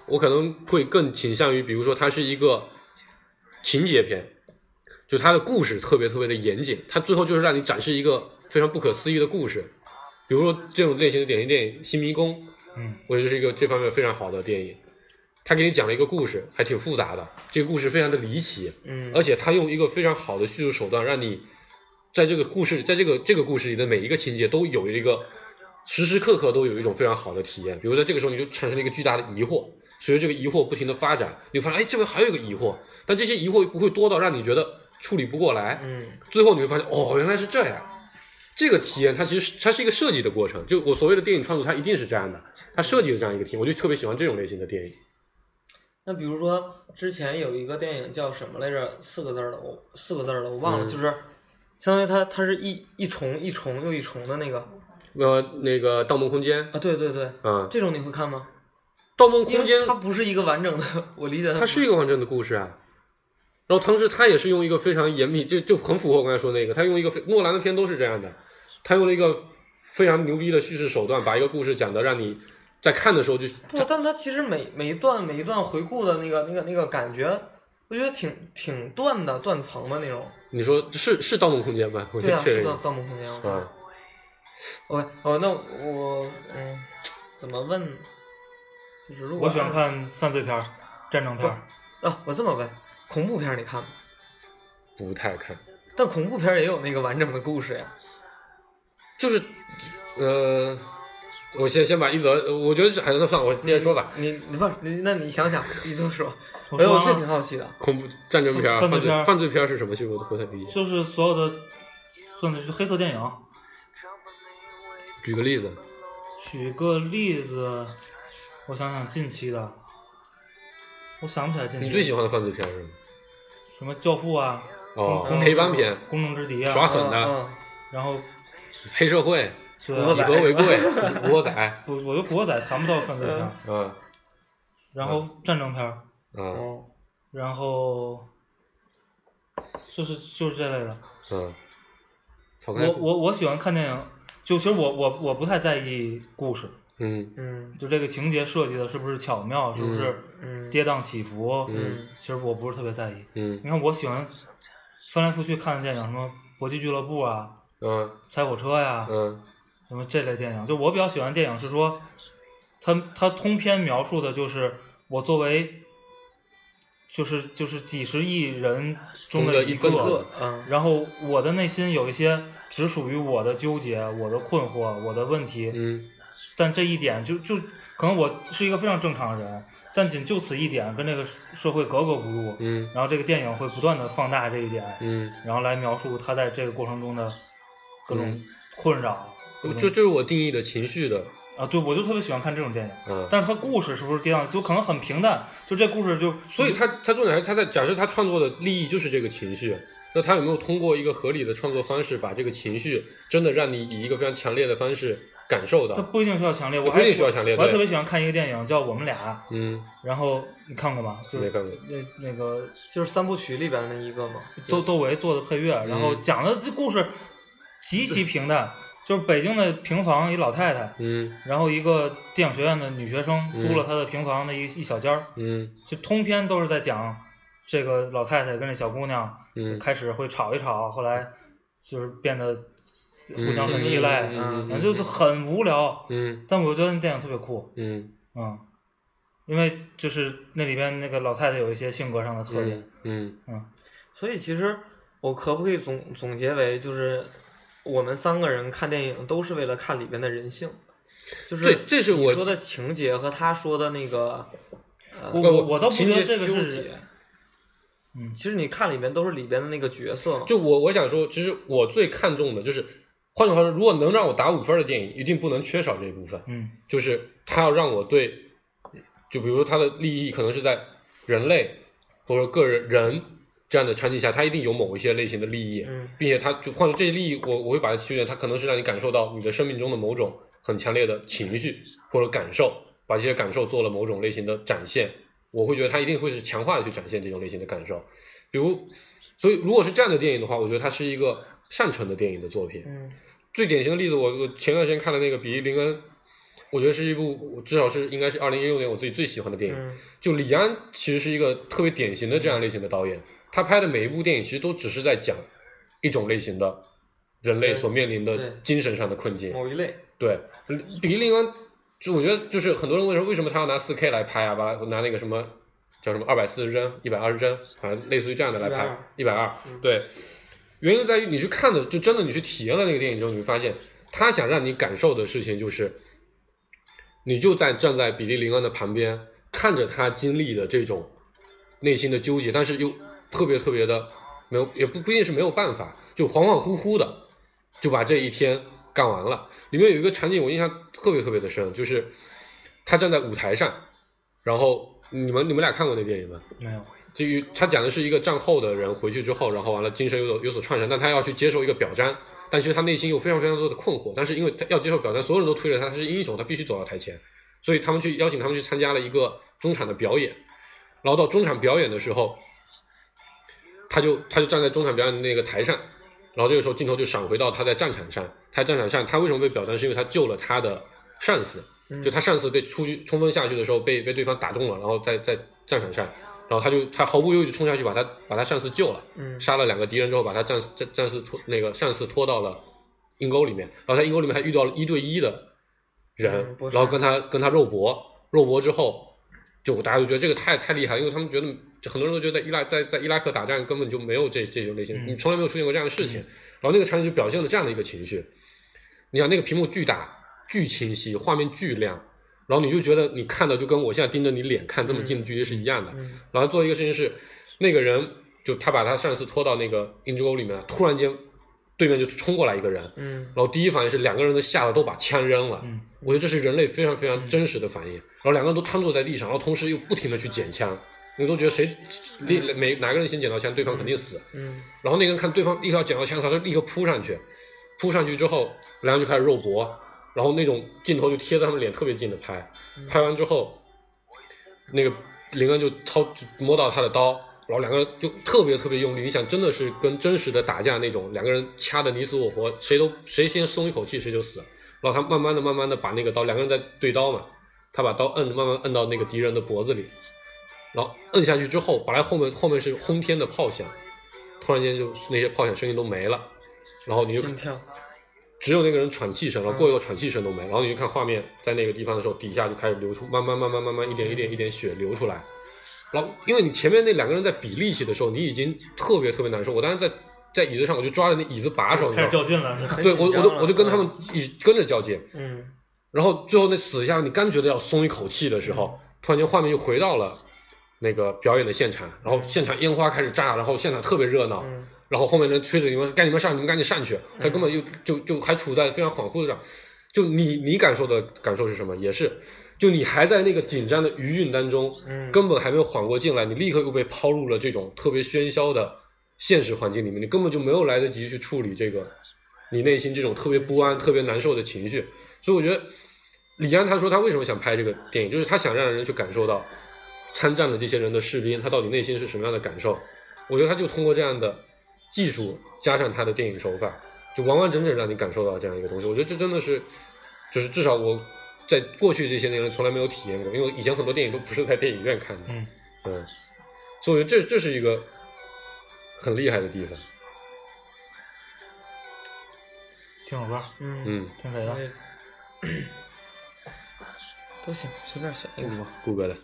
我可能会更倾向于，比如说它是一个情节片，就它的故事特别特别的严谨，它最后就是让你展示一个非常不可思议的故事。比如说这种类型的典型电影《新迷宫》，
嗯，
我觉得是一个这方面非常好的电影。它给你讲了一个故事，还挺复杂的，这个故事非常的离奇，
嗯
而且它用一个非常好的叙述手段，让你在这个故事，在这个这个故事里的每一个情节都有一个时时刻刻都有一种非常好的体验。比如在这个时候，你就产生了一个巨大的疑惑，随着这个疑惑不停的发展，你会发现，哎，这边还有一个疑惑，但这些疑惑不会多到让你觉得处理不过来。
嗯
最后你会发现，哦，原来是这样。这个体验它其实它是一个设计的过程，就我所谓的电影创作，它一定是这样的，它设计的这样一个体验，我就特别喜欢这种类型的电影。
那比如说之前有一个电影叫什么来着？四个字儿的，我四个字儿的我忘了，
嗯
就是相当于它它是一一重一重又一重的那个
呃，那个《盗梦空间》
啊，对对对，
啊，《
这种你会看吗？
盗梦
因
空间
为》它不是一个完整的，我理解它
它是一个完整的故事啊。然后同时，他也是用一个非常严密，就就很符合我刚才说那个，他用一个非诺兰的片都是这样的，他用了一个非常牛逼的叙事手段，把一个故事讲的让你在看的时候就
不，但它其实每每一段每一段回顾的那个那个那个感觉，我觉得挺挺断的断层的那种。
你说是是《盗梦空间》吗？我
对
先
啊，
确
是
认一
盗《
下。
盗梦空间》我看。
嗯，
OK，哦，那我嗯，怎么问？就是如果
我喜欢
按
看犯罪片儿、战争片儿。
啊，我这么问，恐怖片儿你看吗？
不太看，
但恐怖片儿也有那个完整的故事呀。
就是呃，我先先把一则，我觉得是，哎那算了，我接着说吧。
你你不是你，那你想想，你都说，
我
哎，
说
我
完
是
了
挺好奇的。
恐怖战争片、
犯
犯
罪片
罪犯罪片是什么？其实我都不太理解。
就是所有的，算是黑色电影。
举个例子，
举个例子，我想想近期的，我想不起来近期。
你最喜欢的犯罪片是什么？
什么《教父》啊，
哦
公，
黑帮片
《、公众之敌》
耍
啊，
狠的
嗯
然后
黑社会、
对
古惑
以
仔
和为贵、 古惑仔，
我我觉得国仔谈不到犯罪片儿，
嗯
然后战争片儿，
嗯
嗯
哦
然后就是就是这类的。
嗯，草根
我我我喜欢看电影，就其实我我我不太在意故事，
嗯
嗯
就这个情节设计的是不是巧妙，是不是
嗯
跌宕起伏，
嗯
其实我不是特别在意。
嗯
你看我喜欢翻来覆去看的电影，什么《搏击俱乐部》啊，
嗯
《拆火车》呀，
嗯
什么这类电影，就我比较喜欢电影是说，它它通篇描述的就是我作为，就是就是几十亿人中
中的
一
一分
个
子，
嗯
然后我的内心有一些只属于我的纠结、我的困惑、我的问题，
嗯
但这一点就就可能我是一个非常正常人，但仅就此一点跟这个社会格格不入，
嗯
然后这个电影会不断的放大这一点，
嗯，
然后来描述他在这个过程中的各种
嗯
困扰。各
我
种
这这是我定义的情绪的，
啊，对，我就特别喜欢看这种电影，
嗯，
但是它故事是不是跌宕，就可能很平淡，就这故事就
所以他他重点还是他在假设他创作的利益就是这个情绪，那他有没有通过一个合理的创作方式，把这个情绪真的让你以一个非常强烈的方式感受
它
到？
不一定需要强烈，我
不
还
一定需要强烈
我还
对
特别喜欢看一个电影叫《我们俩
嗯》，
然后你看过吗？就是
没看过
那那个
就是三部曲里边那一个嘛，
窦窦唯做的配乐，然后
嗯
讲的这故事极其平淡，就是北京的平房一老太太，
嗯
然后一个电影学院的女学生
嗯
租了她的平房的一一小间儿，
嗯
就通篇都是在讲这个老太太跟这小姑娘
嗯，
开始会吵一吵，后来就是变得互
嗯
相很
亲密
依赖，
嗯
反正
嗯
就是很无聊。
嗯
但我觉得那电影特别酷，
嗯
嗯，因为就是那里边那个老太太有一些性格上的特点，
嗯嗯
所以其实我可不可以总总结为，就是我们三个人看电影都是为了看里边的人性，就是
这这是
你
我
说的情节和他说的那个呃
我我
我
我倒不觉
情
得
节
这个
纠
是
结。，
嗯
其实你看里面都是里边的那个角色嘛，
就我我想说，其实我最看重的就是，换句话说，如果能让我打五分的电影，一定不能缺少这一部分。
嗯
就是他要让我对，就比如说他的利益可能是在人类或者个人人这样的场景下，他一定有某一些类型的利益，
嗯
并且他就换成这些利益，我我会把它区别，它可能是让你感受到你的生命中的某种很强烈的情绪或者感受，把这些感受做了某种类型的展现，我会觉得他一定会是强化的去展现这种类型的感受，比如，所以如果是这样的电影的话，我觉得它是一个上乘的电影的作品，
嗯
最典型的例子，我我前段时间看的那个《比利林恩》，我觉得是一部我至少是应该是二零一六年我自己最喜欢的电影。
嗯
就李安其实是一个特别典型的这样类型的导演，他拍的每一部电影其实都只是在讲一种类型的人类
对
所面临
对
的精神上的困境。
某一类，
对，比利林恩，就我觉得就是很多人问说为什么他要拿四 K 来拍啊，把它拿那个什么叫什么二百四十帧、一百二十帧，反正类似于这样的来拍，一百二
嗯，
对。原因在于你去看的，就真的你去体验了那个电影之后，你会发现他想让你感受的事情就是，你就在站在比利林恩的旁边，看着他经历的这种内心的纠结，但是又特别特别的没有，也不不一定是没有办法，就恍恍惚惚的就把这一天干完了。里面有一个场景我印象特别特别的深，就是他站在舞台上，然后你们你们俩看过那电影吗？
没有，
这于他讲的是一个战后的人回去之后，然后完了精神有所有所创伤，但他要去接受一个表彰，但其实他内心有非常非常多的困惑，但是因为他要接受表彰，所有人都推着他，他是英雄，他必须走到台前，所以他们去邀请他们去参加了一个中场的表演，然后到中场表演的时候，他就他就站在中场表演的那个台上，然后这个时候镜头就闪回到他在战场上，他在战场上他为什么被表彰，是因为他救了他的上司，
嗯
就他上次被出去冲锋下去的时候被被对方打中了，然后在在战场上，然后他就他毫不犹豫地冲下去把他把他上司救了，
嗯
杀了两个敌人之后把他战战战士拖那个上司拖到了阴沟里面，然后在阴沟里面还遇到了一对一的人
嗯，搏杀
然后跟他跟他肉搏，肉搏之后就大家就觉得这个太太厉害了，因为他们觉得就很多人都觉得在伊拉在在伊拉克打仗根本就没有这这种类型，
嗯
你从来没有出现过这样的事
嗯
情，然后那个场景就表现了这样的一个情绪，你想那个屏幕巨大、巨清晰，画面巨亮，然后你就觉得你看的就跟我现在盯着你脸看这么近的距离是一样的。
嗯
然后做一个事情是，那个人就他把他上司拖到那个阴沟里面，突然间对面就冲过来一个人，然
嗯
后第一反应是两个人都吓得都把枪扔了。
嗯
我觉得这是人类非常非常
嗯
真实的反应。然后两个人都瘫坐在地上，然后同时又不停的去捡枪，你都觉得谁立每哪个人先捡到枪，对方肯定死。
嗯
然后那个人看对方立刻要捡到枪，他就立刻扑上去，扑上去之后，然后就开始肉搏，然后那种镜头就贴在他们脸特别近的拍，拍完之后，那个林恩就掏就摸到他的刀，然后两个人就特别特别用力，你想真的是跟真实的打架那种，两个人掐的你死我活，谁都谁先松一口气谁就死。然后他慢慢的、慢慢的把那个刀，两个人在对刀嘛，他把刀摁，慢慢摁到那个敌人的脖子里，然后摁下去之后，本来后面后面是轰天的炮响，突然间就那些炮响声音都没了，然后你就
心跳，
只有那个人喘气
嗯
声，然后过一会儿喘气声都没，然后你就看画面在那个地方的时候，底下就开始流出，慢慢慢慢慢慢一点一
嗯
点一点血流出来，然后因为你前面那两个人在比力气的时候，你已经特别特别难受，我当时在在椅子上我就抓着那椅子把手，你知
嗯开始
道
较
吗
劲了，是吧
很
对我
紧
我
张
就
了
我就跟他们，一跟着较劲，
嗯
然后最后那死一下，你刚觉得要松一口气的时
嗯
候，突然间画面又回到了那个表演的现场，然
嗯
后现场烟花开始炸，然后现场特别热闹，
嗯
然后后面人催着你们，该你们上，你们赶紧上去。他根本就就就还处在非常恍惚的状态。就你你感受的感受是什么？也是，就你还在那个紧张的余韵当中，
嗯，
根本还没有缓过劲来，你立刻又被抛入了这种特别喧嚣的现实环境里面，你根本就没有来得及去处理这个你内心这种特别不安、特别难受的情绪。所以我觉得李安他说他为什么想拍这个电影，就是他想让人去感受到参战的这些人的士兵他到底内心是什么样的感受。我觉得他就通过这样的技术加上他的电影手法，就完完整整让你感受到这样一个东西。我觉得这真的是，就是至少我在过去这些年从来没有体验过，因为我以前很多电影都不是在电影院看的。
嗯，
嗯，所以我觉得这这是一个很厉害的地方。
听首歌，
嗯
嗯，
听谁的？
对 都行，随便选一个。
顾哥的。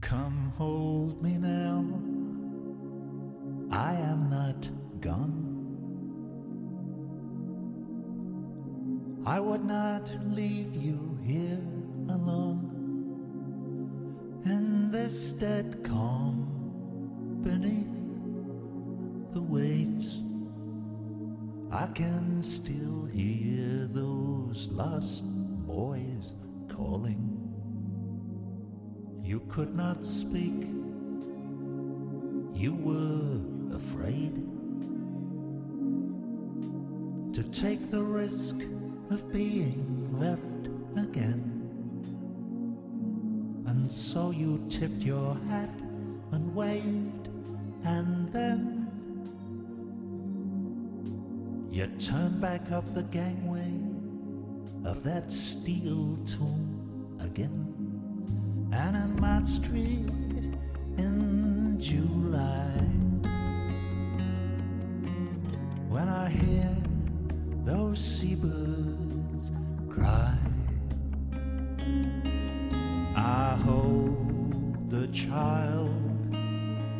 Come hold me now. I am not gone. I would not leave you here alone in this dead calm beneath the waves. I can still hear those lost boys calling. You could not speak. You were afraid to take the risk of being left again. And so you tipped your hat and waved, and then you turned back up the gangway of that steel tomb again and on Mott Street in July. When I hear those seabirds cry, I hold the child,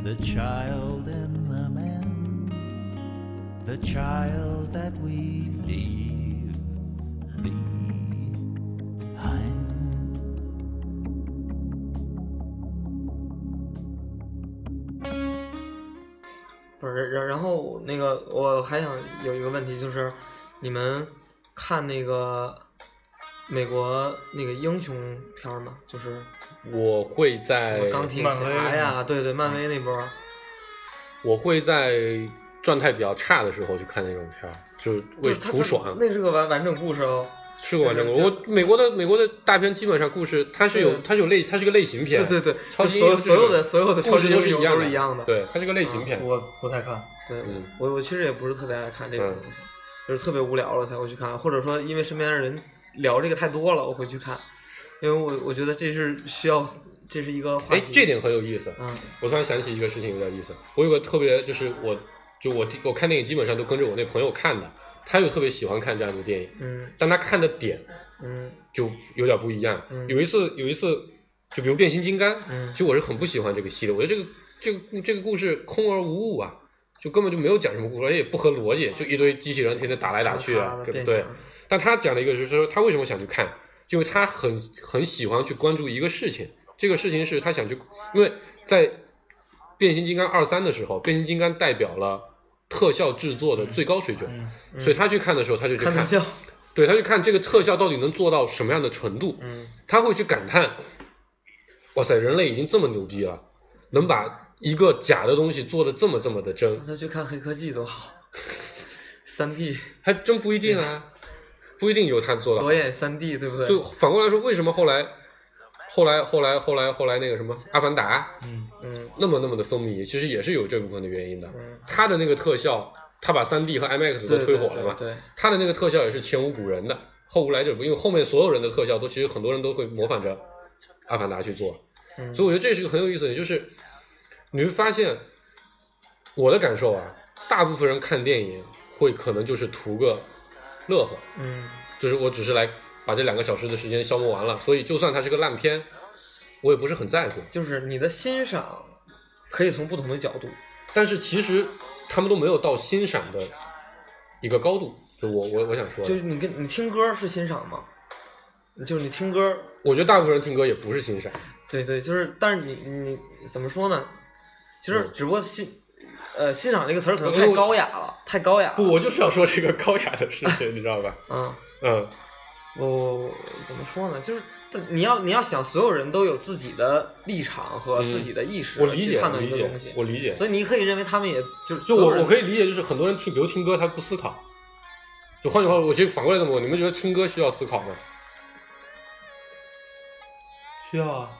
the child in the man, the child that we leave behind.
不是，然然后那个我还想有一个问题，就是你们看那个美国那个英雄片儿吗？就是
我会
什
在
么钢铁
漫威嗯
侠呀，对对，漫威那波儿，
我会在状态比较差的时候去看那种片儿，就是
就
嗯为
是他
图爽。
那是个完完整故事哦。
是过完整
对
过，
就
我美国的美国的大片基本上故事它是有
对
它是有类它是个类型片，
对对对，
超
就
级
所有所有的所有的
故
超
事
级
都
英
是
雄
一样
都是一样的。嗯
对，它是个类型片。
我不太看，
对
嗯，
我我其实也不是特别爱看这种
嗯
东西，就是特别无聊了才会去看，或者说因为身边的人聊这个太多了，我会去看，因为我我觉得这是需要，这是一个话
哎
题。，
这点很有意思。
嗯
我突然想起一个事情，有点意思。我有个特别，就是我就我我看电影基本上都跟着我那朋友看的，他就特别喜欢看这样的电影，
嗯
但他看的点
嗯
就有点不一样。
嗯
有一次，有一次，就比如变形金刚，
嗯
其实我是很不喜欢这个系列，我觉得这个这个故这个故事空而无物啊，就根本就没有讲什么故事，而且也不合逻辑，就一堆机器人天天打来打去啊
咔咔，地
对
变
不对
形？
但他讲了一个就是说他为什么想去看，就因为他很很喜欢去关注一个事情，这个事情是他想去，因为在变形金刚二三的时候，变形金刚代表了特效制作的最高水准，
嗯
所以他去看的时候他就去
看特效，
对他去看这个特效到底能做到什么样的程度，
嗯
他会去感叹哇塞，人类已经这么牛逼了，能把一个假的东西做的这么这么的真
那，他去看黑科技多好，三 D
还真不一定啊，不一定有他做的好
裸。眼三 D 对不对？
就反过来说，为什么后来，后来，后来，后来，后来那个什么《阿凡达》
嗯，
嗯
那么那么的风靡，其实也是有这部分的原因的。
嗯，
它的那个特效，它把 3D 和 IMAX 都
对
推火了嘛，
对对
它的那个特效也是前无古人的，后无来者不，因为后面所有人的特效都其实很多人都会模仿着《阿凡达》去做，
对，
所以
以
我觉得这是一个很有意思的，就是你会发现，我的感受啊，大部分人看电影会可能就是图个乐呵，
嗯
就是我只是来把这两个小时的时间消磨完了，所以就算它是个烂片，我也不是很在乎。
就是你的欣赏可以从不同的角度，
但是其实他们都没有到欣赏的一个高度，就我我我想说的，
就是你跟你听歌是欣赏吗？就是你听歌，
我觉得大部分人听歌也不是欣赏，
对对，就是，但是你你你怎么说呢？其实
嗯
只不过欣，呃，欣赏这个词儿可能
因为
太
我
高雅了，太高雅了。
不，我就是要说这个高雅的事情，你知道吧？
嗯，
嗯，
我我我怎么说呢？就是但你要你要想，所有人都有自己的立场和
嗯
自己的意识
我理
去
解，
判
我
断一
理
个东
解
西，
我，理解。
所以你可以认为他们也就是
就
所有
我
人
我可以理解，就是很多人听，比如听歌，他不思考。就换句话说，我其实反过来这么问，你们觉得听歌需要思考吗？
需要啊，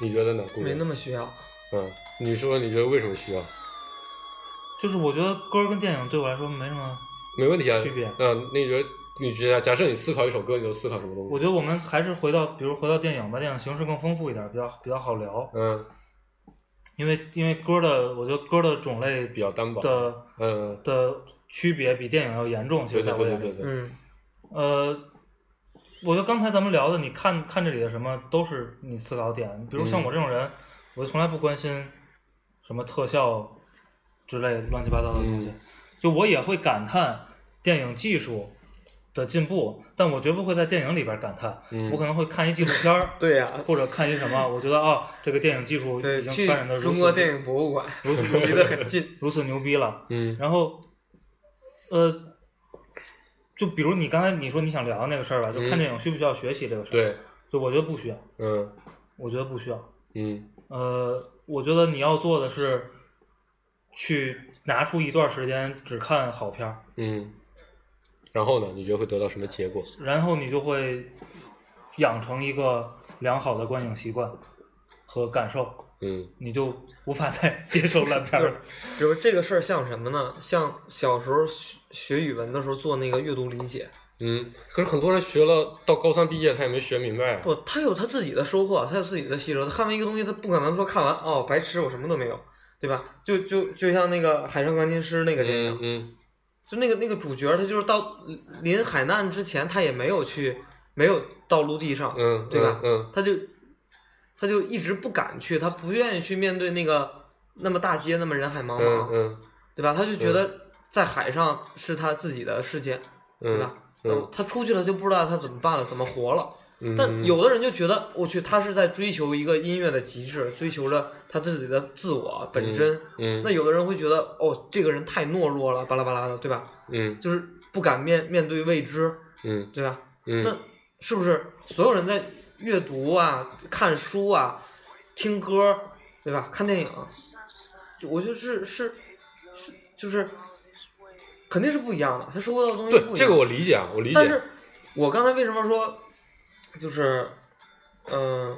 你觉得呢？顾
没
源
那么需要。
嗯，你说你觉得为什么需要？
就是我觉得歌儿跟电影对我来说没什么，
没问题啊。
区别
嗯，那你觉得你觉得假设你思考一首歌，你都思考什么东西？
我觉得我们还是回到，比如回到电影吧，电影形式更丰富一点，比较比较好聊，
嗯，
因为因为歌的，我觉得歌的种类
比较单薄。
的
嗯，
的区别比电影要严重，其
对
实
对
在我
对对
眼
对
里，
对。
嗯，
呃，我觉得刚才咱们聊的，你看看这里的什么都是你思考点，比如像
嗯
我这种人，我从来不关心什么特效之类乱七八糟的东西，
嗯
就我也会感叹电影技术的进步，但我绝不会在电影里边感叹，
嗯
我可能会看一纪录片儿
对呀、
或者看一什么，我觉得啊、这个电影技术
对，
已经
去
发展的如
中国
此
电影博物馆，离得很近。
如此牛逼了，
嗯
然后，呃，就比如你刚才你说你想聊那个事儿吧，就看
嗯
电影需不需要学习这个事儿？，
对，
就我觉得不需要，
嗯
我觉得不需要。
嗯
呃，我觉得你要做的是，去拿出一段时间只看好片儿，
嗯。然后呢？你觉得会得到什么结果？
然后你就会养成一个良好的观影习惯和感受，
嗯
你就无法再 接受烂片儿了。
比如这个事儿像什么呢？像小时候学学语文的时候做那个阅读理解，
嗯。可是很多人学了到高三毕业，他也没学明白啊。
不，他有他自己的收获，他有自己的吸收。他看完一个东西，他不可能说看完哦，白痴，我什么都没有，对吧？就就就像那个《海上钢琴师》那个电影，
嗯嗯
就那个那个主角，他就是到临海难之前，他也没有去，没有到陆地上，
嗯，
对吧？
嗯
他就他就一直不敢去，他不愿意去面对那个那么大街，那么人海茫茫，
嗯嗯
对吧？他就觉得在海上是他自己的世界，对吧
嗯？嗯
他出去了就不知道他怎么办了，怎么活了。
嗯。
但有的人就觉得，我去，他是在追求一个音乐的极致，追求着他自己的自我本真。
嗯
那有的人会觉得，哦，这个人太懦弱了，巴拉巴拉的，对吧？
嗯
就是不敢面面对未知，
嗯
对吧？
嗯
那是不是所有人在阅读啊、看书啊、听歌，对吧？看电影，就我觉得是是是，就是肯定是不一样的，他收获到的东西
对
不一样。
这个我理解啊，我理解。
但是我刚才为什么说，就是，嗯、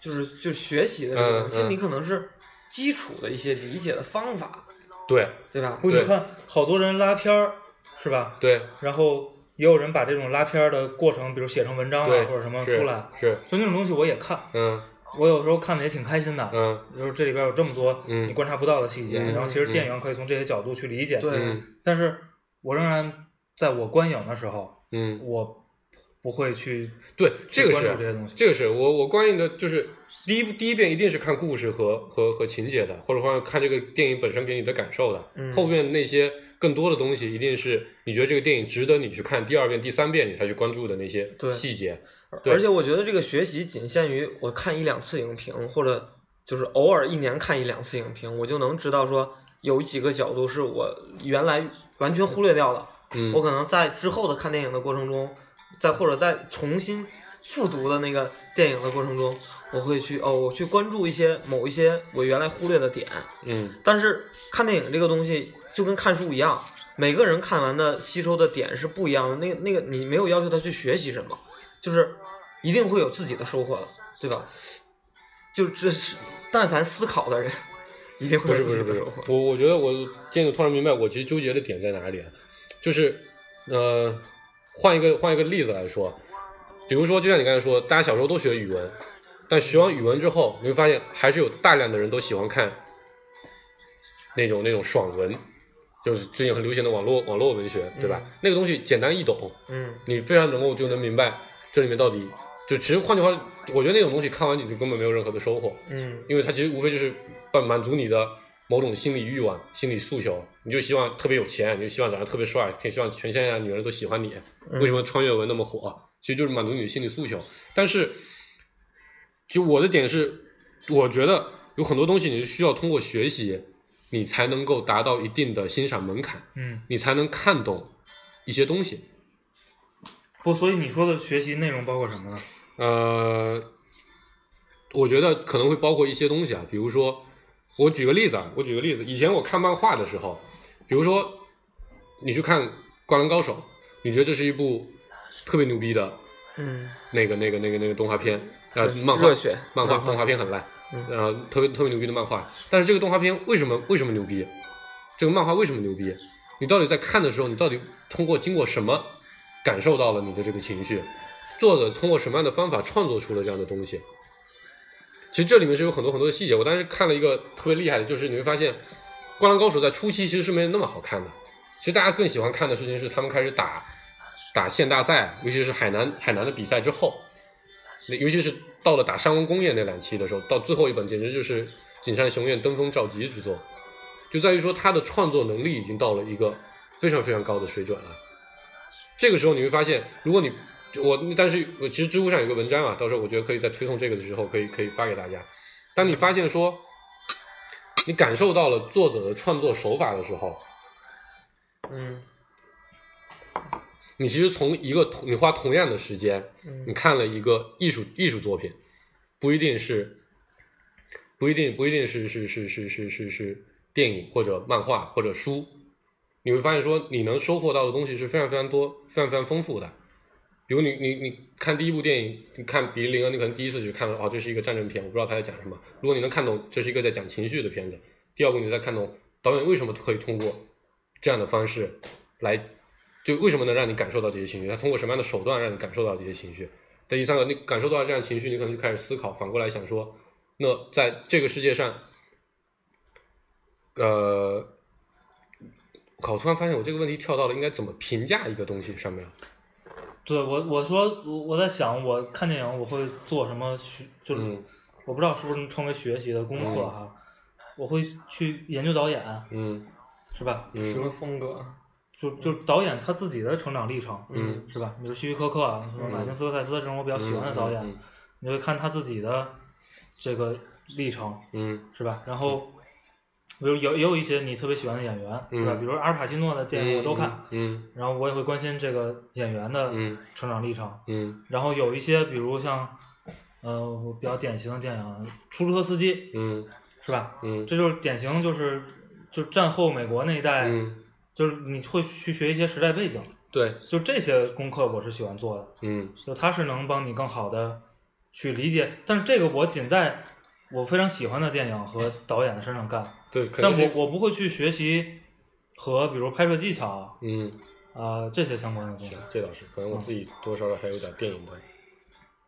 就是就学习的这个东西，
嗯嗯
你可能是基础的一些理解的方法，
对
对吧？
不，你
对
看好多人拉片儿，是吧？
对
然后也有人把这种拉片儿的过程，比如写成文章啊
对，
或者什么
是
出来，
是
就那种东西我也看，
嗯
我有时候看的也挺开心的。
嗯
就是这里边有这么多
嗯
你观察不到的细节，
嗯
然后其实电影可以从这些角度去理解。
对
嗯
但是我仍然在我观影的时候，
嗯，
我不会去
对
去
这个
关注这些
是
东西。
这个是我我关于的就是第一第一遍一定是看故事和和和情节的，或者说看这个电影本身给你的感受的，
嗯
后面那些。更多的东西一定是你觉得这个电影值得你去看第二遍、第三遍，你才去关注的那些
对
细节。对
而且我觉得这个学习仅限于我看一两次影评，或者就是偶尔一年看一两次影评，我就能知道说有几个角度是我原来完全忽略掉的。
嗯，
我可能在之后的看电影的过程中，再或者再重新复读的那个电影的过程中，我会去哦，我去关注一些某一些我原来忽略的点。
嗯
但是看电影这个东西就跟看书一样，每个人看完的吸收的点是不一样的。那个那个，你没有要求他去学习什么，就是一定会有自己的收获的，对吧？就这是，但凡思考的人，一定
不
会
是
有
不
自己
是不
的
是
收获，。
我我觉得我今天我突然明白，我其实纠结的点在哪里啊，就是呃，换一个换一个例子来说，比如说就像你刚才说，大家小时候都学语文，但学完语文之后，你会发现还是有大量的人都喜欢看那种那种爽文，就是最近很流行的网络网络文学，对吧？
嗯
那个东西简单易懂，
嗯，
你非常能够就能明白这里面到底就其实换句话，我觉得那种东西看完你就根本没有任何的收获，
嗯
因为它其实无非就是满满足你的某种心理欲望、心理诉求，你就希望特别有钱，你就希望长得特别帅，挺希望全天下女人都喜欢你。
嗯
为什么穿越文那么火？其实就是满足你的心理诉求。但是，就我的点是，我觉得有很多东西你是需要通过学习，你才能够达到一定的欣赏门槛，
嗯，
你才能看懂一些东西。
不，所以你说的学习内容包括什么呢？
呃，我觉得可能会包括一些东西啊，比如说，我举个例子啊，我举个例子，以前我看漫画的时候，比如说你去看《灌篮高手》，你觉得这是一部特别牛逼的
嗯，
那个、那个、那个、那个动画片，呃，
对
漫画
热血
漫画
漫画
动画片很烂，
嗯
呃，特别特别牛逼的漫画，但是这个动画片为什么为什么牛逼？这个漫画为什么牛逼？你到底在看的时候，你到底通过经过什么感受到了你的这个情绪？作者通过什么样的方法创作出了这样的东西？其实这里面是有很多很多的细节。我当时看了一个特别厉害的，就是你会发现，《灌篮高手》在初期其实是没那么好看的。其实大家更喜欢看的事情是他们开始打打县大赛，尤其是海南海南的比赛之后，那尤其是到了打山王工业那两期的时候，到最后一本简直就是井上雄彦登峰造极之作，就在于说他的创作能力已经到了一个非常非常高的水准了。这个时候你会发现，如果你我，但是我其实知乎上有个文章啊，到时候我觉得可以在推送这个的时候，可以可以发给大家。当你发现说，你感受到了作者的创作手法的时候，
嗯
你其实从一个同你花同样的时间，你
嗯
看了一个艺术艺术作品，不一定是，不一定不一定是是是是是是是电影或者漫画或者书，你会发现说你能收获到的东西是非常非常多、非常非常丰富的。比如你你你看第一部电影，你看《比利林恩》，你可能第一次就看了哦，这是一个战争片，我不知道他在讲什么。如果你能看懂这是一个在讲情绪的片子，第二部你再看懂导演为什么可以通过这样的方式来，就为什么能让你感受到这些情绪，他通过什么样的手段让你感受到这些情绪。在第三个，你感受到这样情绪，你可能就开始思考，反过来想说，那在这个世界上，呃，我靠！我突然发现我这个问题跳到了应该怎么评价一个东西上面了。
对我，我说我我在想，我看电影我会做什么学，就是、
嗯
我不知道是不是能称为学习的功课哈、我会去研究导演，
嗯
是吧？
嗯
什么风格？啊
就就导演他自己的成长历程，
嗯
是吧？比如希区柯克啊，什么马丁斯科塞斯这种我比较喜欢的导演，
嗯嗯
你会看他自己的这个历程，
嗯
是吧？然后，比如有也有一些你特别喜欢的演员，是吧？
嗯
比如阿尔帕西诺的电影我都看，
嗯
然后我也会关心这个演员的
嗯
成长历程。
嗯
然后有一些，比如像，呃，我比较典型的电影《出租车司机》，
嗯
是吧？
嗯
这就是典型，就是就战后美国那一代，
嗯，
就是你会去学一些时代背景，
对，
就这些功课我是喜欢做的，
嗯
就它是能帮你更好的去理解。但是这个我仅在我非常喜欢的电影和导演的身上干，
对，肯
但
定
我
是
我不会去学习和比如拍摄技巧啊、
嗯，
呃这些相关的东西。
这倒是，可能我自己多少少还有点电影的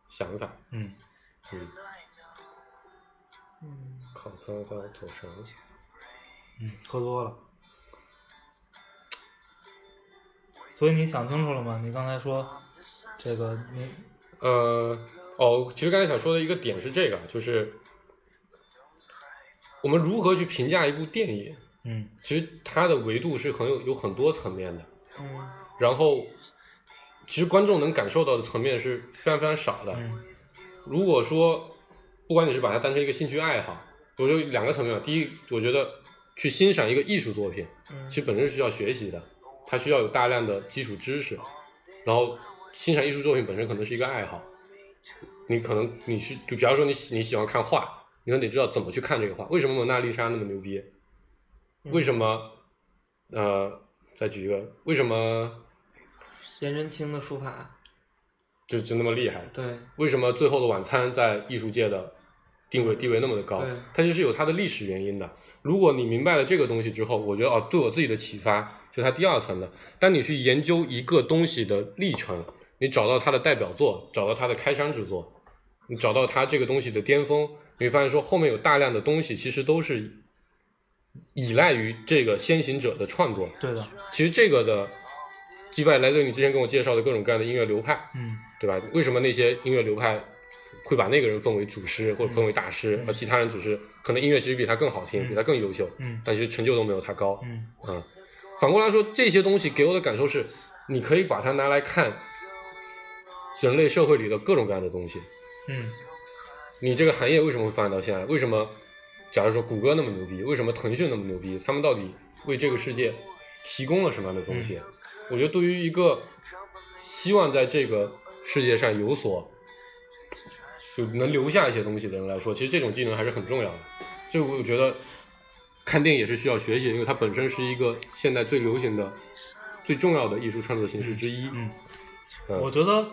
想法。
嗯，
嗯，靠，突然刚刚走神了。
嗯，喝多了。所以你想清楚了吗？你刚才说这个你
呃，哦，其实刚才想说的一个点是这个，啊就是我们如何去评价一部电影，
嗯
其实它的维度是很有有很多层面的。
嗯
然后，其实观众能感受到的层面是非常非常少的。
嗯
如果说，不管你是把它当成一个兴趣爱好，我就两个层面吧。啊第一，我觉得去欣赏一个艺术作品，
嗯
其实本身是需要学习的，它需要有大量的基础知识，然后欣赏艺术作品本身可能是一个爱好。你可能你是就比方说你喜你喜欢看画，你可能得知道怎么去看这个画。为什么蒙娜丽莎那么牛逼？
嗯
为什么？呃，再举一个，为什么
颜真卿的书法，
就就那么厉害？
对，
为什么《最后的晚餐》在艺术界的定位地位那么的高
对？
它其实有它的历史原因的。如果你明白了这个东西之后，我觉得哦，对我自己的启发是它第二层的。当你去研究一个东西的历程，你找到它的代表作，找到它的开山之作，你找到它这个东西的巅峰，你会发现说后面有大量的东西其实都是依赖于这个先行者的创作。
对的，
其实这个的击败来自于你之前跟我介绍的各种各样的音乐流派。
嗯，
对吧？为什么那些音乐流派会把那个人分为主师或者分为大师，
嗯
而其他人只是可能音乐其实比他更好
嗯
听，比他更优秀，
嗯
但其实成就都没有他高。
嗯，
嗯，反过来说，这些东西给我的感受是，你可以把它拿来看人类社会里的各种各样的东西。
嗯，
你这个行业为什么会发展到现在？为什么，假如说谷歌那么牛逼，为什么腾讯那么牛逼？他们到底为这个世界提供了什么样的东西？
嗯
我觉得对于一个希望在这个世界上有所就能留下一些东西的人来说，其实这种技能还是很重要的。就我觉得看电影也是需要学习的，因为它本身是一个现在最流行的、最重要的艺术创作形式之一。
嗯，
嗯
我觉得，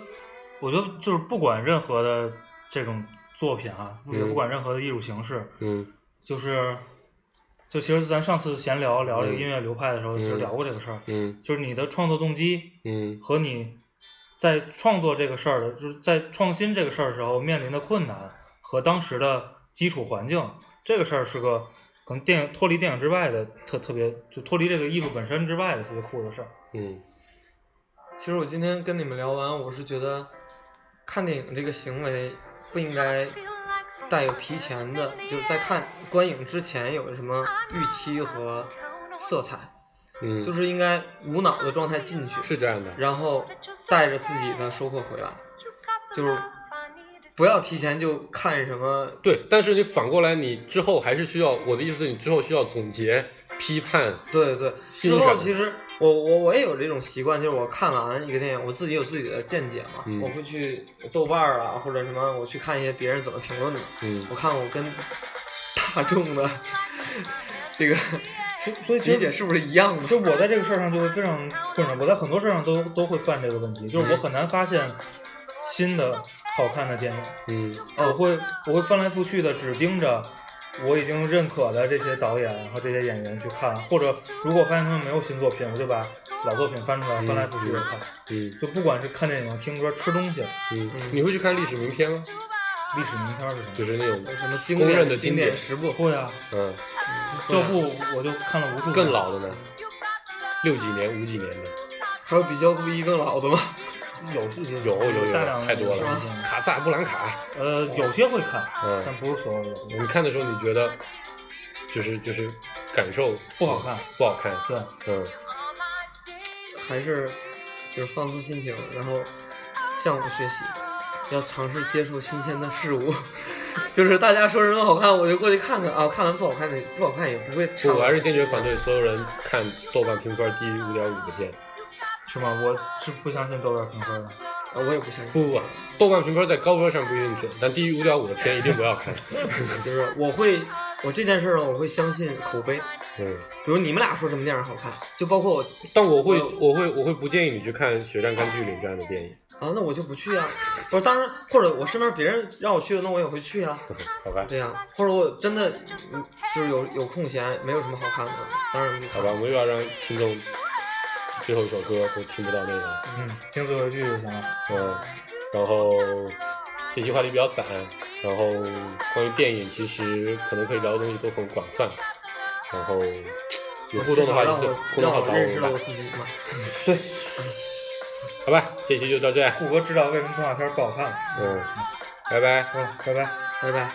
我觉得就是不管任何的这种作品啊，也
嗯
不管任何的艺术形式，
嗯
就是，就其实咱上次闲聊聊这个
嗯
音乐流派的时候，其实
嗯
聊过这个事儿，
嗯
就是你的创作动机
嗯
和你在创作这个事儿的，就是在创新这个事儿的时候面临的困难和当时的基础环境，这个事儿是个可能电影脱离电影之外的特特别，就脱离这个艺术本身之外的特别酷的事儿。
嗯
其实我今天跟你们聊完，我是觉得看电影这个行为不应该带有提前的，就是在看观影之前有什么预期和色彩，
嗯，
就是应该无脑的状态进去，
是这样的。
然后带着自己的收获回来，就是不要提前就看什么。
对，但是你反过来，你之后还是需要我的意思，是你之后需要总结、批判，
对对，
欣
之
赏
后其实我我我也有这种习惯，就是我看完一个电影，我自己有自己的见解嘛，
嗯
我会去豆瓣儿啊或者什么，我去看一些别人怎么评论的。
嗯
我看我跟 大众的 这个
所以其
理
实
解是不是一样的？
其实我在这个事儿上就会非常困扰，我在很多事儿上都都会犯这个问题，就是我很难发现新的好看的电影，
嗯
我会我会翻来覆去的只盯着我已经认可的这些导演和这些演员去看，或者如果发现他们没有新作品，我就把老作品翻出来
嗯
翻来覆去的看，
嗯
就不管是看电影、听歌、吃东西，
嗯
嗯，
你会去看历史名片吗？
历史名片儿是什么？
就是那种
有什么经
公
典
认的
经
经典
十部？
会啊，
嗯
《教父》我就看了无数遍，
更老的呢，六几年、五几年的，
还有比较不一更老的吗？
有有
有有有
大量的
太多
是
了
吧，
卡萨布兰卡，
呃，有些会看，
嗯
但不是所有的
你看的时候你觉得就是就是感受
不好看，
不好看，
对。
嗯
还是就是放松心情，然后向我学习，要尝试接受新鲜的事物。 就是大家说什么好看，我就过去看看啊，看完不好看的不好看也不会差。
我还是坚决反对所有人看豆瓣评分低于五点五的片。
是吗？我是不相信豆瓣评分的。
啊，我也不相信，
不不，豆瓣评分在高分上不一定准，但低于五点五的片一定不要看。
就是我会，我这件事儿呢，我会相信口碑。
嗯。
比如你们俩说什么电影好看，就包括我啊
但我会
我，
我会，我会不建议你去看《血战钢锯岭》这样的电影，
啊，那我就不去啊。不是，当然或者我身边别人让我去的，那我也会去啊。
好吧？
这样，或者我真的嗯就是有有空闲，没有什么好看的，当然就
好
看
吧，我。们又要让听众最后一首歌都听不到那个，
嗯，听最后一句就行了。
嗯，然后这期话题比较散，然后关于电影其实可能可以聊的东西都很广泛，然后有互动的话
让
就
我
互动
让
号
我
找
认识了我
们吧，
自己嘛。
好吧，这期就到这，
谷歌知道为什么动画片不好看了。
嗯，拜拜。
嗯，拜拜。
拜拜。